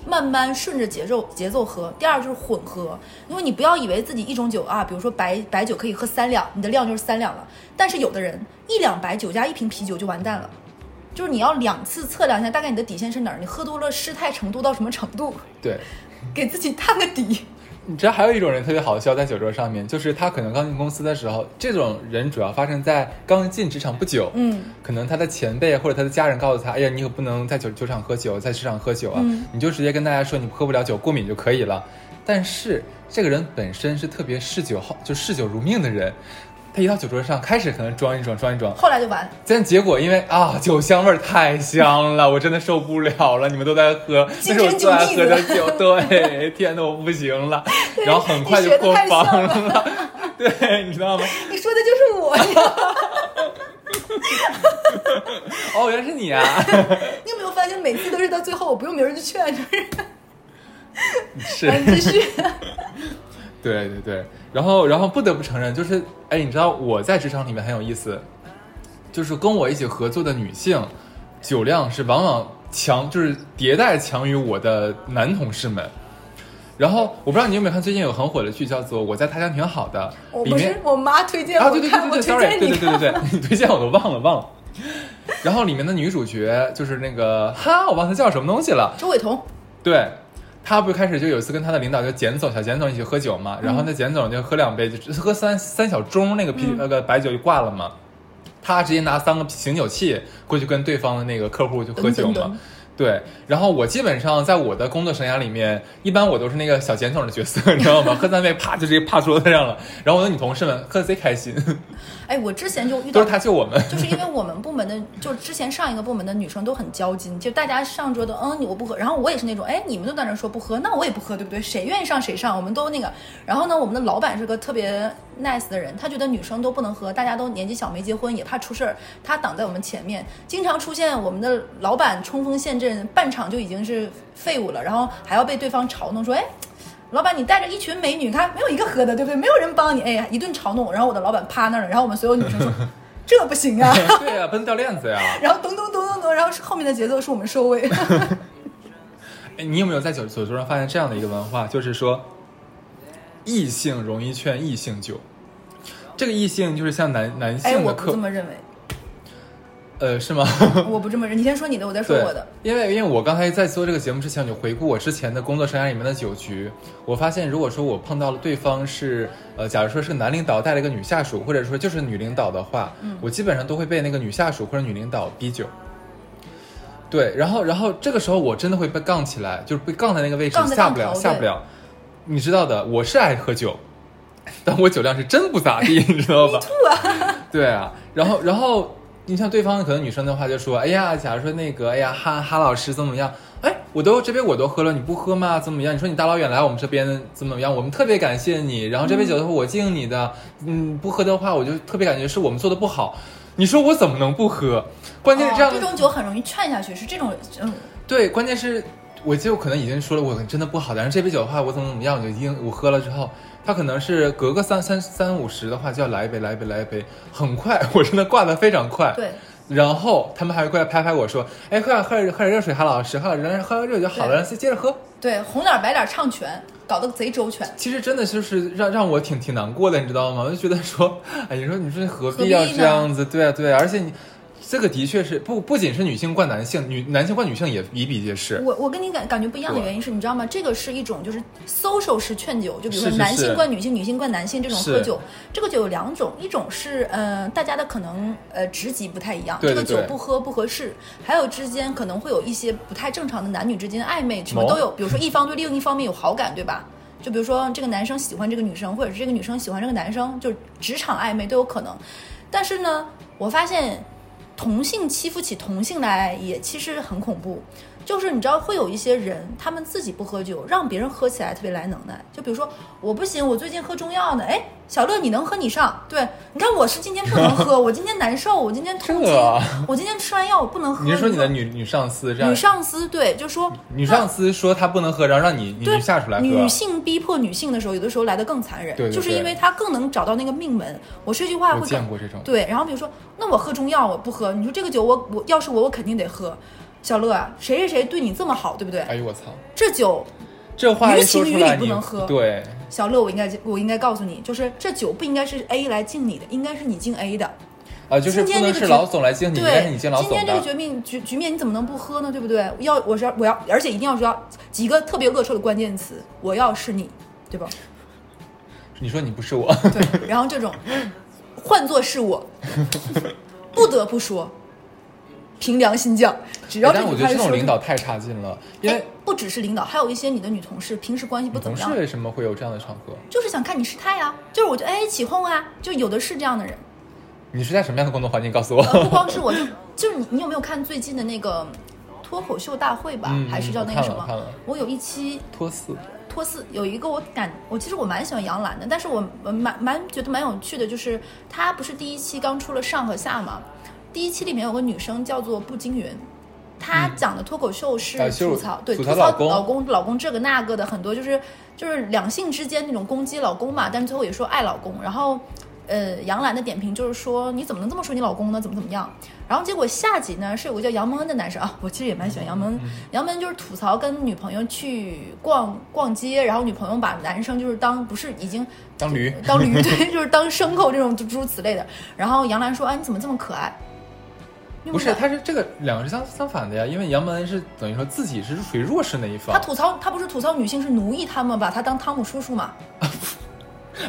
Speaker 3: 慢慢顺着节奏节奏喝；第二就是混喝，因为你不要以为自己一种酒啊，比如说白白酒可以喝三两，你的量就是三两了。但是有的人一两白酒加一瓶啤酒就完蛋了，就是你要两次测量一下，大概你的底线是哪儿，你喝多了失态程度到什么程度，
Speaker 2: 对，
Speaker 3: 给自己探个底。
Speaker 2: 你知道还有一种人特别好笑，在酒桌上面，就是他可能刚进公司的时候，这种人主要发生在刚进职场不久，
Speaker 3: 嗯，
Speaker 2: 可能他的前辈或者他的家人告诉他，哎呀，你可不能在酒酒厂喝酒，在职场喝酒啊，
Speaker 3: 嗯
Speaker 2: 你就直接跟大家说你喝不了酒，过敏就可以了。但是这个人本身是特别嗜酒好，就嗜酒如命的人。他一到酒桌上开始可能装一装装一装，
Speaker 3: 后来就完。
Speaker 2: 但结果因为啊酒香味儿太香了，我真的受不了了，你们都在 喝，那
Speaker 3: 竞
Speaker 2: 是我
Speaker 3: 争
Speaker 2: 最爱喝
Speaker 3: 酒腻
Speaker 2: 的
Speaker 3: 子
Speaker 2: 酒，对，天呐，我不行了，然后很快
Speaker 3: 你
Speaker 2: 就
Speaker 3: 学得
Speaker 2: 破
Speaker 3: 太像
Speaker 2: 防了， 对，你知道吗？
Speaker 3: 你说的就 是我，你
Speaker 2: 哦，原来是你 啊，
Speaker 3: 你有没有发现每次都是到最后我不用别人去劝，就是
Speaker 2: 是。
Speaker 3: 你 继续。
Speaker 2: 对对对，然后然后不得不承认，就是哎，你知道我在职场里面很有意思，就是跟我一起合作的女性，酒量是往往强，就是迭代强于我的男同事们。然后我不知道你有没有看，最近有很火的剧叫做《我在他乡挺好的
Speaker 3: 我》，
Speaker 2: 里
Speaker 3: 不
Speaker 2: 面
Speaker 3: 是我妈推荐
Speaker 2: 啊，
Speaker 3: 我
Speaker 2: 对对
Speaker 3: 看，
Speaker 2: 对对
Speaker 3: 我推
Speaker 2: ，sorry，
Speaker 3: 荐
Speaker 2: 对
Speaker 3: 你
Speaker 2: 对
Speaker 3: 看。
Speaker 2: 对对对，你推荐我都忘了忘了。然后里面的女主角就是那个哈，我忘了她叫什么东西了，
Speaker 3: 周伟彤，
Speaker 2: 对，他不是开始就有一次跟他的领导就简总小简总一起喝酒嘛，然后那简总就喝两杯，就喝三三小盅那个啤、那个白酒就挂了嘛。他直接拿三个醒酒器过去跟对方的那个客户就喝酒
Speaker 3: 噔噔噔
Speaker 2: 嘛。对，然后我基本上在我的工作生涯里面，一般我都是那个小简总的角色，你知道吗？ 喝三杯，啪就直接趴桌子上了。然后我的女同事们喝得贼开心，
Speaker 3: 哎，我之前就遇
Speaker 2: 都
Speaker 3: 到
Speaker 2: 是他救我们。
Speaker 3: 就是因为我们部门的，就之前上一个部门的女生都很交金，就大家上桌都嗯你我不喝，然后我也是那种哎你们都在那说不喝，那我也不喝，对不对？谁愿意上谁上，我们都那个。然后呢，我们的老板是个特别 nice 的人，他觉得女生都不能喝，大家都年纪小没结婚，也怕出事儿，他挡在我们前面，经常出现我们的老板冲锋陷阵，半场就已经是废物了，然后还要被对方嘲弄说哎。老板，你带着一群美女，看没有一个喝的，对不对？没有人帮你，哎呀，一顿嘲弄。然后我的老板趴那儿了，然后我们所有女生说，这不 行啊，
Speaker 2: 对啊，不能掉链子呀。
Speaker 3: 然后咚咚咚咚咚，然后是后面的节奏是我们收 尾。
Speaker 2: 哎，你有没有在酒酒桌上发现这样的一个文化，就是说，异性容易劝异性酒，这个异性就是像男男
Speaker 3: 哎，
Speaker 2: 性
Speaker 3: 我
Speaker 2: 的
Speaker 3: 不
Speaker 2: 客
Speaker 3: 这，么认为，
Speaker 2: 呃，是吗？
Speaker 3: 我不这么认。你先说你的，我再说
Speaker 2: 对
Speaker 3: 我的。，
Speaker 2: 因为因为我刚才在做这个节目之前，我就回顾我之前的工作生涯里面的酒局，我发现如果说我碰到了对方是呃，假如说是个男领导带了一个女下属，或者说就是女领导的话，
Speaker 3: 嗯
Speaker 2: 我基本上都会被那个女下属或者女领导逼酒。对，然后然后这个时候我真的会被杠起来，就是被杠在那个位置
Speaker 3: 杠在
Speaker 2: 下不
Speaker 3: 杠
Speaker 2: 了
Speaker 3: 头
Speaker 2: 下不了，你知道的，我是爱喝酒，但我酒量是真不咋地，你知道吧？对啊，然后然后你像对方可能女生的话就说，哎呀，假如说那个，哎呀，哈哈老师怎么怎么样？哎，我都这杯我都喝了，你不喝吗？怎么样？你说你大老远来我们这边怎么怎么样？我们特别感谢你，然后这杯酒的话我敬你的，嗯，不喝的话我就特别感觉是我们做的不好。你说我怎么能不喝？关键是这样
Speaker 3: 哦
Speaker 2: 的、
Speaker 3: 这种酒很容易劝下去，是这种嗯，
Speaker 2: 对，关键是我就可能已经说了，我真的不好，但是这杯酒的话，我怎么怎么样，我就已经我喝了之后，他可能是隔个三三三五十的话，就要来一杯，来一杯，来一杯，很快， 我真的挂的非常快。。
Speaker 3: 对
Speaker 2: 然后他们还会过来拍拍我说：“哎，快点喝点喝点热水，哈老师，哈老师，喝点热水就好了，然后接接着喝。
Speaker 3: 对，红脸白脸唱全，搞得贼周全”。
Speaker 2: 其实真的就是让让我挺挺难过的，你知道吗？我就觉得说，哎，你说你说何
Speaker 3: 何必
Speaker 2: 必要
Speaker 3: 呢
Speaker 2: 这样子？对啊，对啊，而且你这个的确是不不仅是女性惯男性，女男性惯女性也比比皆是。
Speaker 3: 我我跟你感感觉不一样的原因是，你知道吗？这个是一种就是 social 式劝酒，就比如说
Speaker 2: 是是
Speaker 3: 男性
Speaker 2: 是
Speaker 3: 灌女性，女性灌男性这种喝
Speaker 2: 是
Speaker 3: 酒，这个酒有两种，一种是呃大家的可能呃职级不太一样，
Speaker 2: 对对
Speaker 3: 这个
Speaker 2: 对
Speaker 3: 酒不喝不合适，还有之间可能会有一些不太正常的男女之间暧昧，什么
Speaker 2: 哦
Speaker 3: 都有，比如说一方对另一方面有好感，对吧？就比如说这个男生喜欢这个女生，或者是这个女生喜欢这个男生，就职场暧昧都有可能。但是呢，我发现同性欺负起同性来也其实很恐怖。就是你知道会有一些人，他们自己不喝酒，让别人喝起来特别来能耐。就比如说我不行，我最近喝中药呢。哎，小乐你能喝你上，对，你看我是今天不 能喝，我今天难受，我今天痛经
Speaker 2: 这啊，
Speaker 3: 我今天吃完药我不能喝。
Speaker 2: 你是说你的
Speaker 3: 说
Speaker 2: 女女上司这样
Speaker 3: 嗯女？上司对，就说呃
Speaker 2: 女上司说她不能喝，然后让你你
Speaker 3: 对
Speaker 2: 女下属来喝。
Speaker 3: 女性逼迫女性的时候，有的时候来的更残忍，
Speaker 2: 对对
Speaker 3: 就是
Speaker 2: 对
Speaker 3: 因为她更能找到那个命门。我说一句话
Speaker 2: 我
Speaker 3: 会感
Speaker 2: 见过这种
Speaker 3: 对，然后比如说，那我喝中药我不喝，你说这个酒我我要是我我肯定得喝。小乐啊，谁谁谁对你这么好，对不对？
Speaker 2: 哎呦我操，
Speaker 3: 这酒，
Speaker 2: 这话一说出来
Speaker 3: 于情于理不
Speaker 2: 你
Speaker 3: 能喝
Speaker 2: 对，
Speaker 3: 小乐，我应该我应该告诉你，就是这酒不应该是 A 来敬你的，应该是你敬 A 的。
Speaker 2: 啊，就是
Speaker 3: 今
Speaker 2: 不
Speaker 3: 天这
Speaker 2: 能
Speaker 3: 个
Speaker 2: 是
Speaker 3: 局
Speaker 2: 老总来敬你，应该是
Speaker 3: 对，
Speaker 2: 你敬老
Speaker 3: 今
Speaker 2: 总
Speaker 3: 天这个
Speaker 2: 的。
Speaker 3: 局面局局面你怎么能不喝呢？对不对？要我是要我要，而且一定要说几个特别恶臭的关键词，我要是你，对吧？
Speaker 2: 你说你不是 我，
Speaker 3: 对，然后这种换作是我，不得不说，凭良心讲，只要
Speaker 2: 哎
Speaker 3: 这
Speaker 2: 但
Speaker 3: 句
Speaker 2: 我觉
Speaker 3: 话
Speaker 2: 得
Speaker 3: 是
Speaker 2: 这种
Speaker 3: 说
Speaker 2: 领导太差劲了，因
Speaker 3: 哎
Speaker 2: 为，
Speaker 3: 不只是领导，还有一些你的女同事平时关系不怎
Speaker 2: 同
Speaker 3: 么
Speaker 2: 事
Speaker 3: 样，
Speaker 2: 为什么会有这样的场合？
Speaker 3: 就是想看你失态啊，就是我就哎起哄啊，就有的是这样的人，
Speaker 2: 你是在什么样的工作环境？告诉我。
Speaker 3: 呃，不光是我，就是你，你有没有看最近的那个脱口秀大会吧，
Speaker 2: 嗯
Speaker 3: 啊还是叫那
Speaker 2: 我
Speaker 3: 个
Speaker 2: 看
Speaker 3: 什
Speaker 2: 了看
Speaker 3: 么
Speaker 2: 了？
Speaker 3: 我有一期
Speaker 2: 托四，
Speaker 3: 托四有一个我感，我其实我蛮喜欢杨澜的，但是我我蛮蛮觉得蛮有趣的，就是她不是第一期刚出了上和下嘛，第一期里面有个女生叫做步惊云。她讲的脱口秀是
Speaker 2: 嗯啊羞辱
Speaker 3: 吐槽，对
Speaker 2: 吐
Speaker 3: 吐
Speaker 2: 槽
Speaker 3: 槽
Speaker 2: 老公
Speaker 3: 老公老公这个那个的很多，就是就是两性之间那种攻击老公嘛，但是最后也说爱老公。然后，呃，杨澜的点评就是说你怎么能这么说你老公呢？怎么怎么样？然后结果下集呢是有个叫杨蒙恩的男生啊，我其实也蛮喜欢杨
Speaker 2: 嗯
Speaker 3: 蒙恩。杨蒙恩就是吐槽跟女朋友去逛逛街，然后女朋友把男生就是当不是已经
Speaker 2: 当驴
Speaker 3: 当驴 对，就是当牲口这种诸如此类的。然后杨澜说：“哎，你怎么这么可爱？”你
Speaker 2: 不
Speaker 3: 有没有
Speaker 2: 是，他是这个两个是相相反的呀，因为杨门是等于说自己是属于弱势那一
Speaker 3: 他
Speaker 2: 方。
Speaker 3: 吐槽，他不是吐槽女性是奴役他们，把他当汤姆叔叔嘛？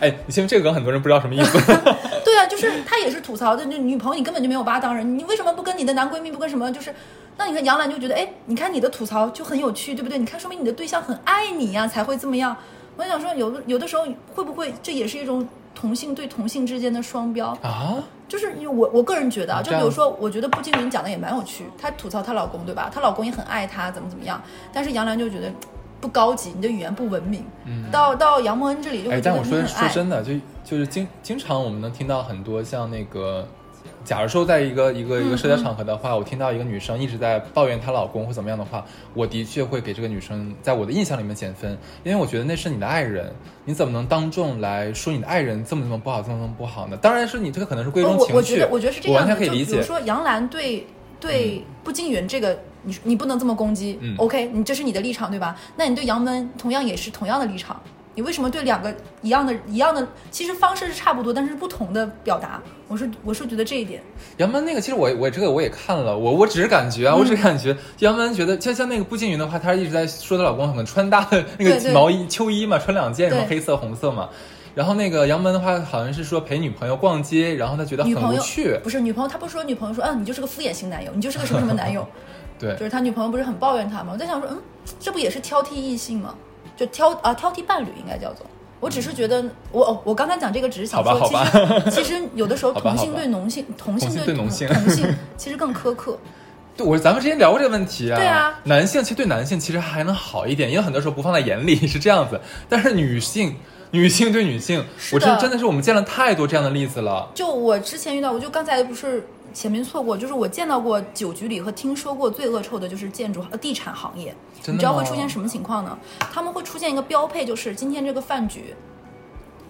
Speaker 2: 哎，你信不信这个梗很多人不知道什么意 思。
Speaker 3: 对啊，就是他也是吐槽的，就女朋友你根本就没有把她当人，你为什么不跟你的男闺蜜，不跟什么？就是，那你看杨澜就觉得，哎，你看你的吐槽就很有趣，对不对？你看说明你的对象很爱你呀、才会这么样。我想说，有的有的时候会不会这也是一种同性对同性之间的双标？
Speaker 2: 啊，
Speaker 3: 就是因为我我个人觉得啊，
Speaker 2: 这
Speaker 3: 就
Speaker 2: 样
Speaker 3: 比如说，我觉得步惊云讲的也蛮有趣，她吐槽她老公对吧？她老公也很爱她，怎么怎么样？但是杨澜就觉得不高级，你的语言不文明。嗯、到到杨默恩这里就
Speaker 2: 哎
Speaker 3: 会，觉
Speaker 2: 但
Speaker 3: 得
Speaker 2: 我
Speaker 3: 你
Speaker 2: 说
Speaker 3: 很
Speaker 2: 说
Speaker 3: 爱。
Speaker 2: 真的，就就是经经常我们能听到很多像那个，假如说在一个一个
Speaker 3: 嗯
Speaker 2: 一个社交场合的话，我听到一个女生一直在抱怨她老公或怎么样的话，我的确会给这个女生在我的印象里面减分，因为我觉得那是你的爱人，你怎么能当众来说你的爱人这么这么不好，这么这么不好呢？当然是你这个可能是归
Speaker 3: 不
Speaker 2: 中
Speaker 3: 呃我
Speaker 2: 情绪，
Speaker 3: 我觉得我觉得是这样
Speaker 2: 完
Speaker 3: 的，
Speaker 2: 全可以理
Speaker 3: 就比
Speaker 2: 解
Speaker 3: 如。说杨澜对对步惊云这个，你你不能这么攻击。
Speaker 2: 嗯
Speaker 3: OK，你这是你的立场对吧？那你对杨温同样也是同样的立场，你为什么对两个一样的一样的，其实方式是差不多，但是不同的表达？我是我是觉得这一点，
Speaker 2: 杨门那个，其实我我这个我也看了，我我只是感觉啊，我
Speaker 3: 嗯
Speaker 2: 只是感觉杨门觉得像像那个步惊云的话，她一直在说她老公很穿搭的那
Speaker 3: 对
Speaker 2: 个
Speaker 3: 对
Speaker 2: 毛衣秋衣嘛，穿两件什么
Speaker 3: 对
Speaker 2: 黑色红色嘛。然后那个杨门的话，好像是说陪女朋友逛街，然后他觉得
Speaker 3: 女
Speaker 2: 很
Speaker 3: 朋
Speaker 2: 无
Speaker 3: 友
Speaker 2: 趣。
Speaker 3: 不是女朋友，他不是说女朋友说，嗯、你就是个敷衍型男友，你就是个什么什么男友，
Speaker 2: 对
Speaker 3: 就，是他女朋友不是很抱怨他吗？我在想说，嗯，这不也是挑剔异性吗？就挑啊，挑剔伴侣应该叫做。我只是觉得，我哦我刚才讲这个只是
Speaker 2: 好
Speaker 3: 想
Speaker 2: 吧
Speaker 3: 说，
Speaker 2: 好
Speaker 3: 其实其实有的时候
Speaker 2: 好吧
Speaker 3: 同性
Speaker 2: 好吧
Speaker 3: 对农性，同性
Speaker 2: 同性对
Speaker 3: 对
Speaker 2: 农性
Speaker 3: 同性 其实更苛刻。
Speaker 2: 对我咱们之前聊过这个问题啊。
Speaker 3: 对啊
Speaker 2: 男性其实对男性其实还能好一点，因为很多时候不放在眼里 是这样子，但是女性。女性对女性，
Speaker 3: 是
Speaker 2: 我真
Speaker 3: 的
Speaker 2: 真的是我们见了太多这样的例子了。
Speaker 3: 就我之前遇到过，就刚才不是前面错过，就是我见到过酒局里和听说过最恶臭的就是建筑呃地产行业。
Speaker 2: 真的
Speaker 3: 你知道会
Speaker 2: 吗
Speaker 3: 出现什么情况呢？他们会出现一个标配，就是今天这个饭局。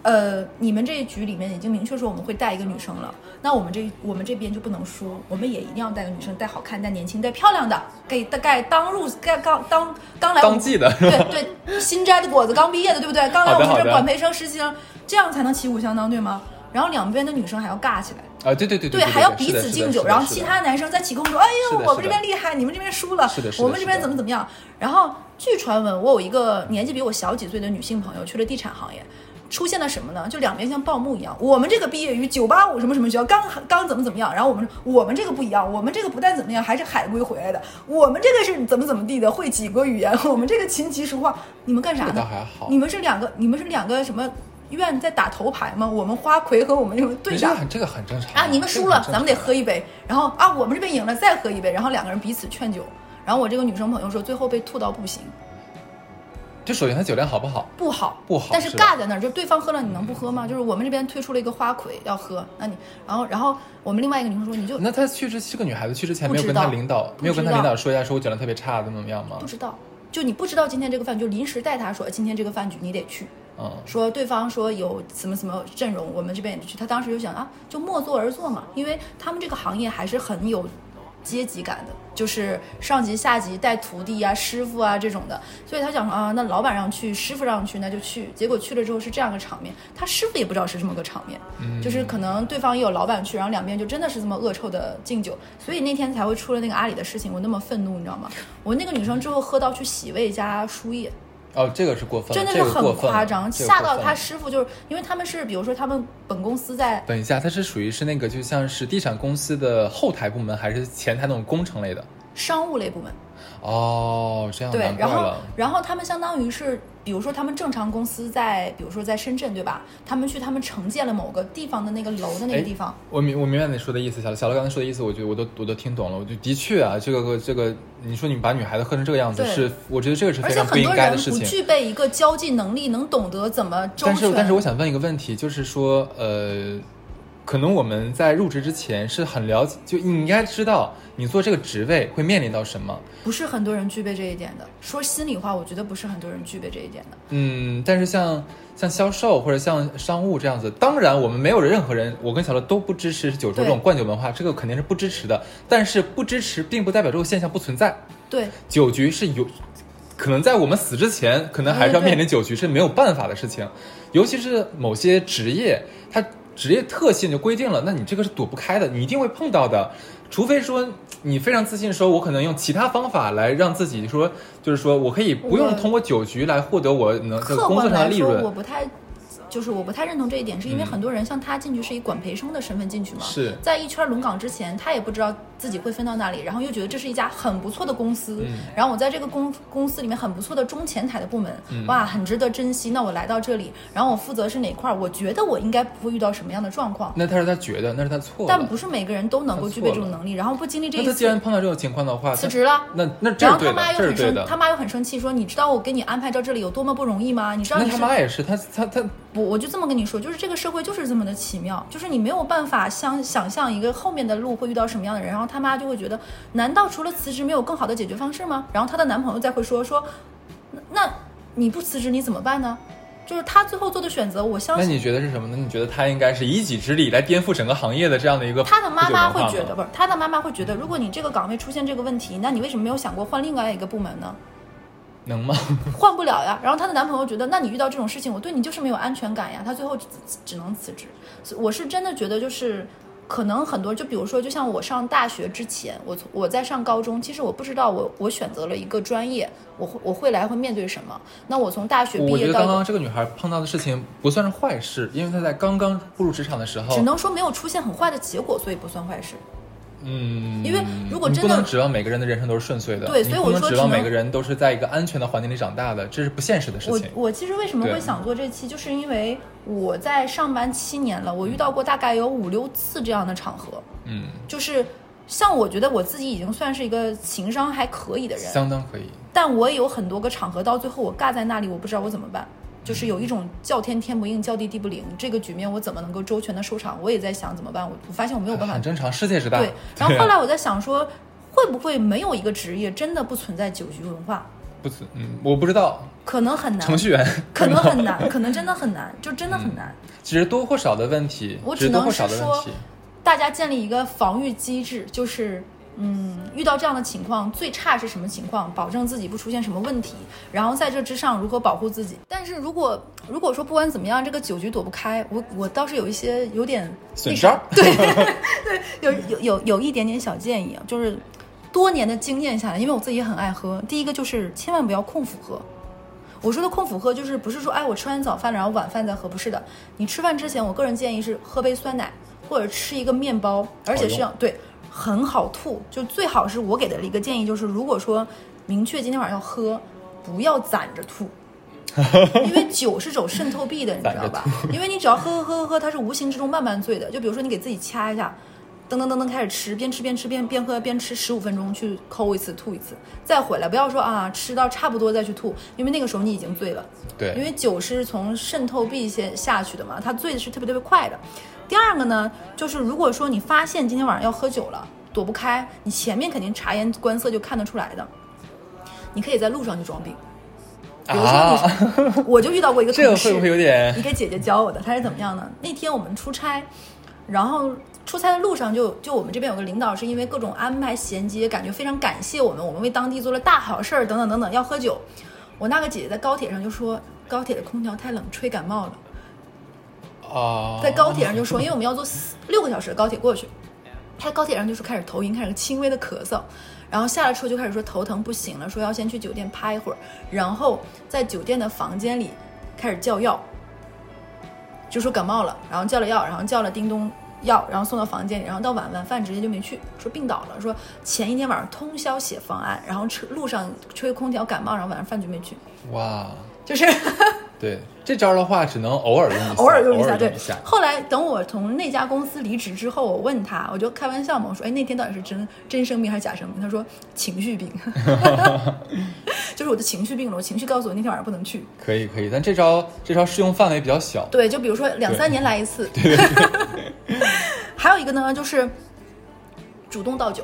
Speaker 3: 呃，你们这一局里面已经明确说我们会带一个女生了，那我们这我们这边就不能输，我们也一定要带个女生，带好看、带年轻、带漂亮的，给大概当入刚刚当刚来我
Speaker 2: 当
Speaker 3: 们
Speaker 2: 季的，
Speaker 3: 对对，新摘的果子刚毕业的，对不对？刚来
Speaker 2: 好
Speaker 3: 我
Speaker 2: 的
Speaker 3: 们这
Speaker 2: 好的
Speaker 3: 儿管培生、实习生，这样才能旗鼓相当，对吗？然后两边的女生还要尬起来，
Speaker 2: 啊，对对对对，
Speaker 3: 还要
Speaker 2: 对
Speaker 3: 彼
Speaker 2: 是的
Speaker 3: 此
Speaker 2: 是的
Speaker 3: 敬
Speaker 2: 是
Speaker 3: 酒，
Speaker 2: 的
Speaker 3: 然后
Speaker 2: 是
Speaker 3: 其
Speaker 2: 的
Speaker 3: 他男生在起哄说：“哎
Speaker 2: 是
Speaker 3: 呦，
Speaker 2: 的
Speaker 3: 我
Speaker 2: 是
Speaker 3: 们
Speaker 2: 的
Speaker 3: 这边厉害，你们这边输了
Speaker 2: 是的是，的
Speaker 3: 我们这
Speaker 2: 是
Speaker 3: 边
Speaker 2: 的
Speaker 3: 怎么怎么样。”然后据传闻，我有一个年纪比我小几岁的女性朋友去了地产行业。出现了什么呢？就两边像报幕一样，我们这个毕业于九八五什么什么学校，刚刚怎么怎么样，然后我们我们这个不一样，我们这个不但怎么样，还是海归回来的，我们这个是怎么怎么地的，会几国语言，我 们这个琴棋书画，你们干啥
Speaker 2: 这
Speaker 3: 呢？
Speaker 2: 倒还好
Speaker 3: 你们是两个，你们是两个什么院在打头牌吗？我们花魁和我们这种对
Speaker 2: 这
Speaker 3: 打
Speaker 2: 个，很这个很正常
Speaker 3: 啊，你们
Speaker 2: 这个
Speaker 3: 输了
Speaker 2: 很，正
Speaker 3: 咱们得喝一杯。然后啊，我们这边赢了，再喝一杯。然后两个人彼此劝酒。然后我这个女生朋友说，最后被吐到不行，
Speaker 2: 常。就首先他酒量好不好？
Speaker 3: 不好，
Speaker 2: 不好
Speaker 3: 但是
Speaker 2: 是吧嗯
Speaker 3: 尬在那儿，就对方喝了，你能不喝吗？就是我们这边推出了一个花魁要喝，那你，然后，然后我们另外一个女生说，你就
Speaker 2: 那他去之这个女孩子去之前
Speaker 3: 不
Speaker 2: 没有
Speaker 3: 知
Speaker 2: 跟他
Speaker 3: 道
Speaker 2: 领导
Speaker 3: 不
Speaker 2: 没有跟
Speaker 3: 知
Speaker 2: 他领
Speaker 3: 道
Speaker 2: 导说一下，说我酒量特别差，怎么怎么样吗
Speaker 3: 不？知道，就你不知道今天这个饭，就临时带她说，哎今天这个饭局你得去。
Speaker 2: 嗯，
Speaker 3: 说对方说有什么什么阵容，我们这边也去。他当时就想啊，就默坐而坐嘛，因为他们这个行业还是很有阶级感的，就是上级下级带徒弟啊、师傅啊这种的。所以他想说啊，那老板让去，师傅让去，那就去。结果去了之后是这样个场面，他师傅也不知道是这么个场面，就是可能对方也有老板去，然后两边就真的是这么恶臭的敬酒。所以那天才会出了那个阿里的事情，我那么愤怒，你知道吗？我那个女生之后喝到去洗胃加输液。
Speaker 2: 哦，这个是过分了，
Speaker 3: 真的是
Speaker 2: 这个过
Speaker 3: 很
Speaker 2: 分了
Speaker 3: 夸张，
Speaker 2: 这个
Speaker 3: 吓
Speaker 2: 过
Speaker 3: 到
Speaker 2: 分
Speaker 3: 他
Speaker 2: 了
Speaker 3: 师傅，就是因为他们是，比如说他们本公司在
Speaker 2: 等一下，它是属于是那个就像是地产公司的后台部门，还是前台那种工程类的？
Speaker 3: 商务类部门，
Speaker 2: 哦，这样
Speaker 3: 对
Speaker 2: 难，怪
Speaker 3: 然后
Speaker 2: 了。
Speaker 3: 然后他们相当于是，比如说他们正常公司在，比如说在深圳，对吧？他们去他们承建了某个地方的那个楼的那
Speaker 2: 哎
Speaker 3: 个地方，
Speaker 2: 我明我明白你说的意思，小乐小乐刚才说的意思，我觉得我都我都听懂了。我就的确啊，这个这个，你说你把女孩子喝成这个样子，
Speaker 3: 对
Speaker 2: 是我觉得这个是非
Speaker 3: 而且
Speaker 2: 常不
Speaker 3: 很
Speaker 2: 应
Speaker 3: 多
Speaker 2: 该的
Speaker 3: 人
Speaker 2: 事
Speaker 3: 不
Speaker 2: 情。
Speaker 3: 具备一个交际能力，能懂得怎么周
Speaker 2: 但
Speaker 3: 全
Speaker 2: 是。但是我想问一个问题，就是说呃，可能我们在入职之前是很了解，就你应该知道你做这个职位会面临到什么。
Speaker 3: 不是很多人具备这一点的。说心里话，我觉得不是很多人具备这一点的。
Speaker 2: 嗯，但是像像销售或者像商务这样子，当然我们没有任何人，我跟小乐都不支持酒桌
Speaker 3: 对
Speaker 2: 这种灌酒文化，这个肯定是不支持的。但是不支持并不代表这个现象不存在，
Speaker 3: 对，
Speaker 2: 酒局是有。可能在我们死之前，可能还是要
Speaker 3: 对对对
Speaker 2: 面临酒局是没有办法的事情，尤其是某些职业，它职业特性就规定了，那你这个是躲不开的，你一定会碰到的，除非说你非常自信，说我可能用其他方法来让自己说，就是说我可以不用
Speaker 3: 我
Speaker 2: 通过酒局来获得我能这个
Speaker 3: 客
Speaker 2: 工作
Speaker 3: 观
Speaker 2: 上的
Speaker 3: 来
Speaker 2: 利
Speaker 3: 说，我
Speaker 2: 润，
Speaker 3: 不太，就是我不太认同这一点，是因为
Speaker 2: 嗯
Speaker 3: 很多人像他进去是以管培生的身份进去嘛，
Speaker 2: 是
Speaker 3: 在一圈轮岗之前，他也不知道自己会分到哪里，然后又觉得这是一家很不错的公司，
Speaker 2: 嗯
Speaker 3: 然后我在这个公公司里面很不错的中前台的部门，
Speaker 2: 嗯
Speaker 3: 哇，很值得珍惜。那我来到这里，然后我负责是哪块儿，我觉得我应该不会遇到什么样的状况，
Speaker 2: 那他是他觉得，那是他错了
Speaker 3: 但。不是每个人都能够
Speaker 2: 他错
Speaker 3: 具备这
Speaker 2: 了
Speaker 3: 种能力，然后不经历这
Speaker 2: 那
Speaker 3: 一
Speaker 2: 他既然
Speaker 3: 次，
Speaker 2: 碰到这种情况的话，
Speaker 3: 辞
Speaker 2: 他
Speaker 3: 职了。
Speaker 2: 那那这
Speaker 3: 然
Speaker 2: 是对的
Speaker 3: 后他妈，又
Speaker 2: 这是
Speaker 3: 很
Speaker 2: 对
Speaker 3: 生，
Speaker 2: 的
Speaker 3: 他。妈又很生气，说：“你知道我给你安排到这里有多么不容易吗？你知道
Speaker 2: 那
Speaker 3: 你
Speaker 2: 他
Speaker 3: 是
Speaker 2: 妈也是，他他他
Speaker 3: 不，我就这么跟你说，就是这个社会就是这么的奇妙，就是你没有办法想想象一个后面的路会遇到什么样的人，然后他妈就会觉得，难道除了辞职没有更好的解决方式吗？然后她的男朋友再会说说，那你不辞职你怎么办呢？就是她最后做的选择，我相
Speaker 2: 那
Speaker 3: 信
Speaker 2: 你觉得是什么呢？你觉得他应该是以己之力来颠覆整个行业的这样的一个
Speaker 3: 他的妈妈
Speaker 2: 不
Speaker 3: 会
Speaker 2: 久文化
Speaker 3: 觉得，
Speaker 2: 吗
Speaker 3: 不是他的妈妈会觉得，如果你这个岗位出现这个问题，那你为什么没有想过换另外一个部门呢？
Speaker 2: 能吗？
Speaker 3: 换不了呀。然后她的男朋友觉得，那你遇到这种事情，我对你就是没有安全感呀。她最后只只只能辞职。所以我是真的觉得就是。可能很多，就比如说，就像我上大学之前，我从我在上高中，其实我不知道我我选择了一个专业，我会我会来会面对什么。那我从大学毕
Speaker 2: 我觉
Speaker 3: 业
Speaker 2: 得
Speaker 3: 到
Speaker 2: 刚哦刚这个女孩碰到的事情不算是坏事，因为她在刚刚步入职场的时候，
Speaker 3: 只能说没有出现很坏的结果，所以不算坏事。
Speaker 2: 嗯，
Speaker 3: 因为如果
Speaker 2: 你
Speaker 3: 真
Speaker 2: 不
Speaker 3: 的
Speaker 2: 能指望每个人的人生都是顺遂的，
Speaker 3: 对
Speaker 2: 你
Speaker 3: 所以
Speaker 2: 不
Speaker 3: 我
Speaker 2: 能
Speaker 3: 说
Speaker 2: 指
Speaker 3: 只
Speaker 2: 望每
Speaker 3: 能
Speaker 2: 个人都是在一个安全的环境里长大的，这是不现实的事
Speaker 3: 我
Speaker 2: 情。
Speaker 3: 我其实为什么
Speaker 2: 对
Speaker 3: 会想做这期，就是因为我在上班七年了，我遇到过大概有五六次这样的场合，
Speaker 2: 嗯，
Speaker 3: 就是像我觉得我自己已经算是一个情商还可以的人，
Speaker 2: 相当可以。
Speaker 3: 但我也有很多个场合，到最后我尬在那里，我不知道我怎么办。就是有一种叫天天不应，叫地地不灵，这个局面我怎么能够周全的收场？我也在想怎么办，我我发现我没有办法
Speaker 2: 很正常，世界之大。
Speaker 3: 对，然后
Speaker 2: 对啊
Speaker 3: 后来我在想说，会不会没有一个职业真的不存在酒局文化？
Speaker 2: 不存，嗯，我不知道
Speaker 3: 可能很难
Speaker 2: 程，序员
Speaker 3: 可能很难，可能真的很难，就真的很难。
Speaker 2: 只是多或少的问题，
Speaker 3: 我
Speaker 2: 只是
Speaker 3: 只
Speaker 2: 多
Speaker 3: 能
Speaker 2: 或
Speaker 3: 是
Speaker 2: 少的问
Speaker 3: 说
Speaker 2: 题。，
Speaker 3: 大家建立一个防御机制，就是嗯，遇到这样的情况，最差是什么情况？保证自己不出现什么问题，然后在这之上如何保护自己？但是如果如果说不管怎么样，这个酒局躲不开，我我倒是有一些有点
Speaker 2: 损招，
Speaker 3: 对对，有有有有一点点小建议，啊，就是多年的经验下来，因为我自己也很爱喝，第一个就是千万不要空腹喝。我说的空腹喝，就是不是说哎我吃完早饭了，然后晚饭再喝，不是的。你吃饭之前，我个人建议是喝杯酸奶或者吃一个面包，而且是
Speaker 2: 好
Speaker 3: 要对很好吐，就最好是我给的一个建议就是，如果说明确今天晚上要喝，不要攒着吐。因为酒是种渗透壁的，你知道吧？因为你只要喝喝喝喝喝，它是无形之中慢慢醉的。就比如说你给自己掐一下，噔噔噔噔开始吃，边吃边吃边边喝边吃，十五分钟去抠一次吐一次，再回来，不要说啊吃到差不多再去吐，因为那个时候你已经醉了。
Speaker 2: 对，
Speaker 3: 因为酒是从渗透壁先下去的嘛，它醉的是特别特别快的。第二个呢，就是如果说你发现今天晚上要喝酒了，躲不开，你前面肯定察言观色就看得出来的，你可以在路上去装病。比如
Speaker 2: 啊
Speaker 3: 说你，我就遇到过一个同
Speaker 2: 这个
Speaker 3: 事
Speaker 2: 会不会有点
Speaker 3: 一个姐姐教我的，她是怎么样呢？那天我们出差，然后出差的路上就就我们这边有个领导是因为各种安排衔接，感觉非常感谢我们，我们为当地做了大好事儿等等等等，要喝酒。我那个姐姐在高铁上就说，高铁的空调太冷，吹感冒了。
Speaker 2: 啊，
Speaker 3: 在高铁上就说，因为我们要坐四六个小时的高铁过去，他在高铁上就是开始头晕，开始轻微的咳嗽，然后下了车就开始说头疼不行了，说要先去酒店趴一会儿，然后在酒店的房间里开始叫药，就说感冒了，然后叫了药，然后叫了叮咚药，然后送到房间里，然后到晚晚饭直接就没去，说病倒了，说前一天晚上通宵写方案，然后车路上吹空调感冒，然后晚上饭局没去，
Speaker 2: 哇，
Speaker 3: 就是
Speaker 2: 对这招的话，只能偶尔用一下，
Speaker 3: 偶尔用一下，对
Speaker 2: 一下。
Speaker 3: 后来等我从那家公司离职之后，我问他，我就开玩笑嘛，我说：“哎，那天到底是真真生病还是假生病？”他说：“情 绪病， 就是我的情绪病了。我情绪告诉我那天晚上不能去。
Speaker 2: 可以可以，但这招这招适用范围比较小”。
Speaker 3: 对，就比如说两三年来一次。 还有一个呢，就是主动倒酒，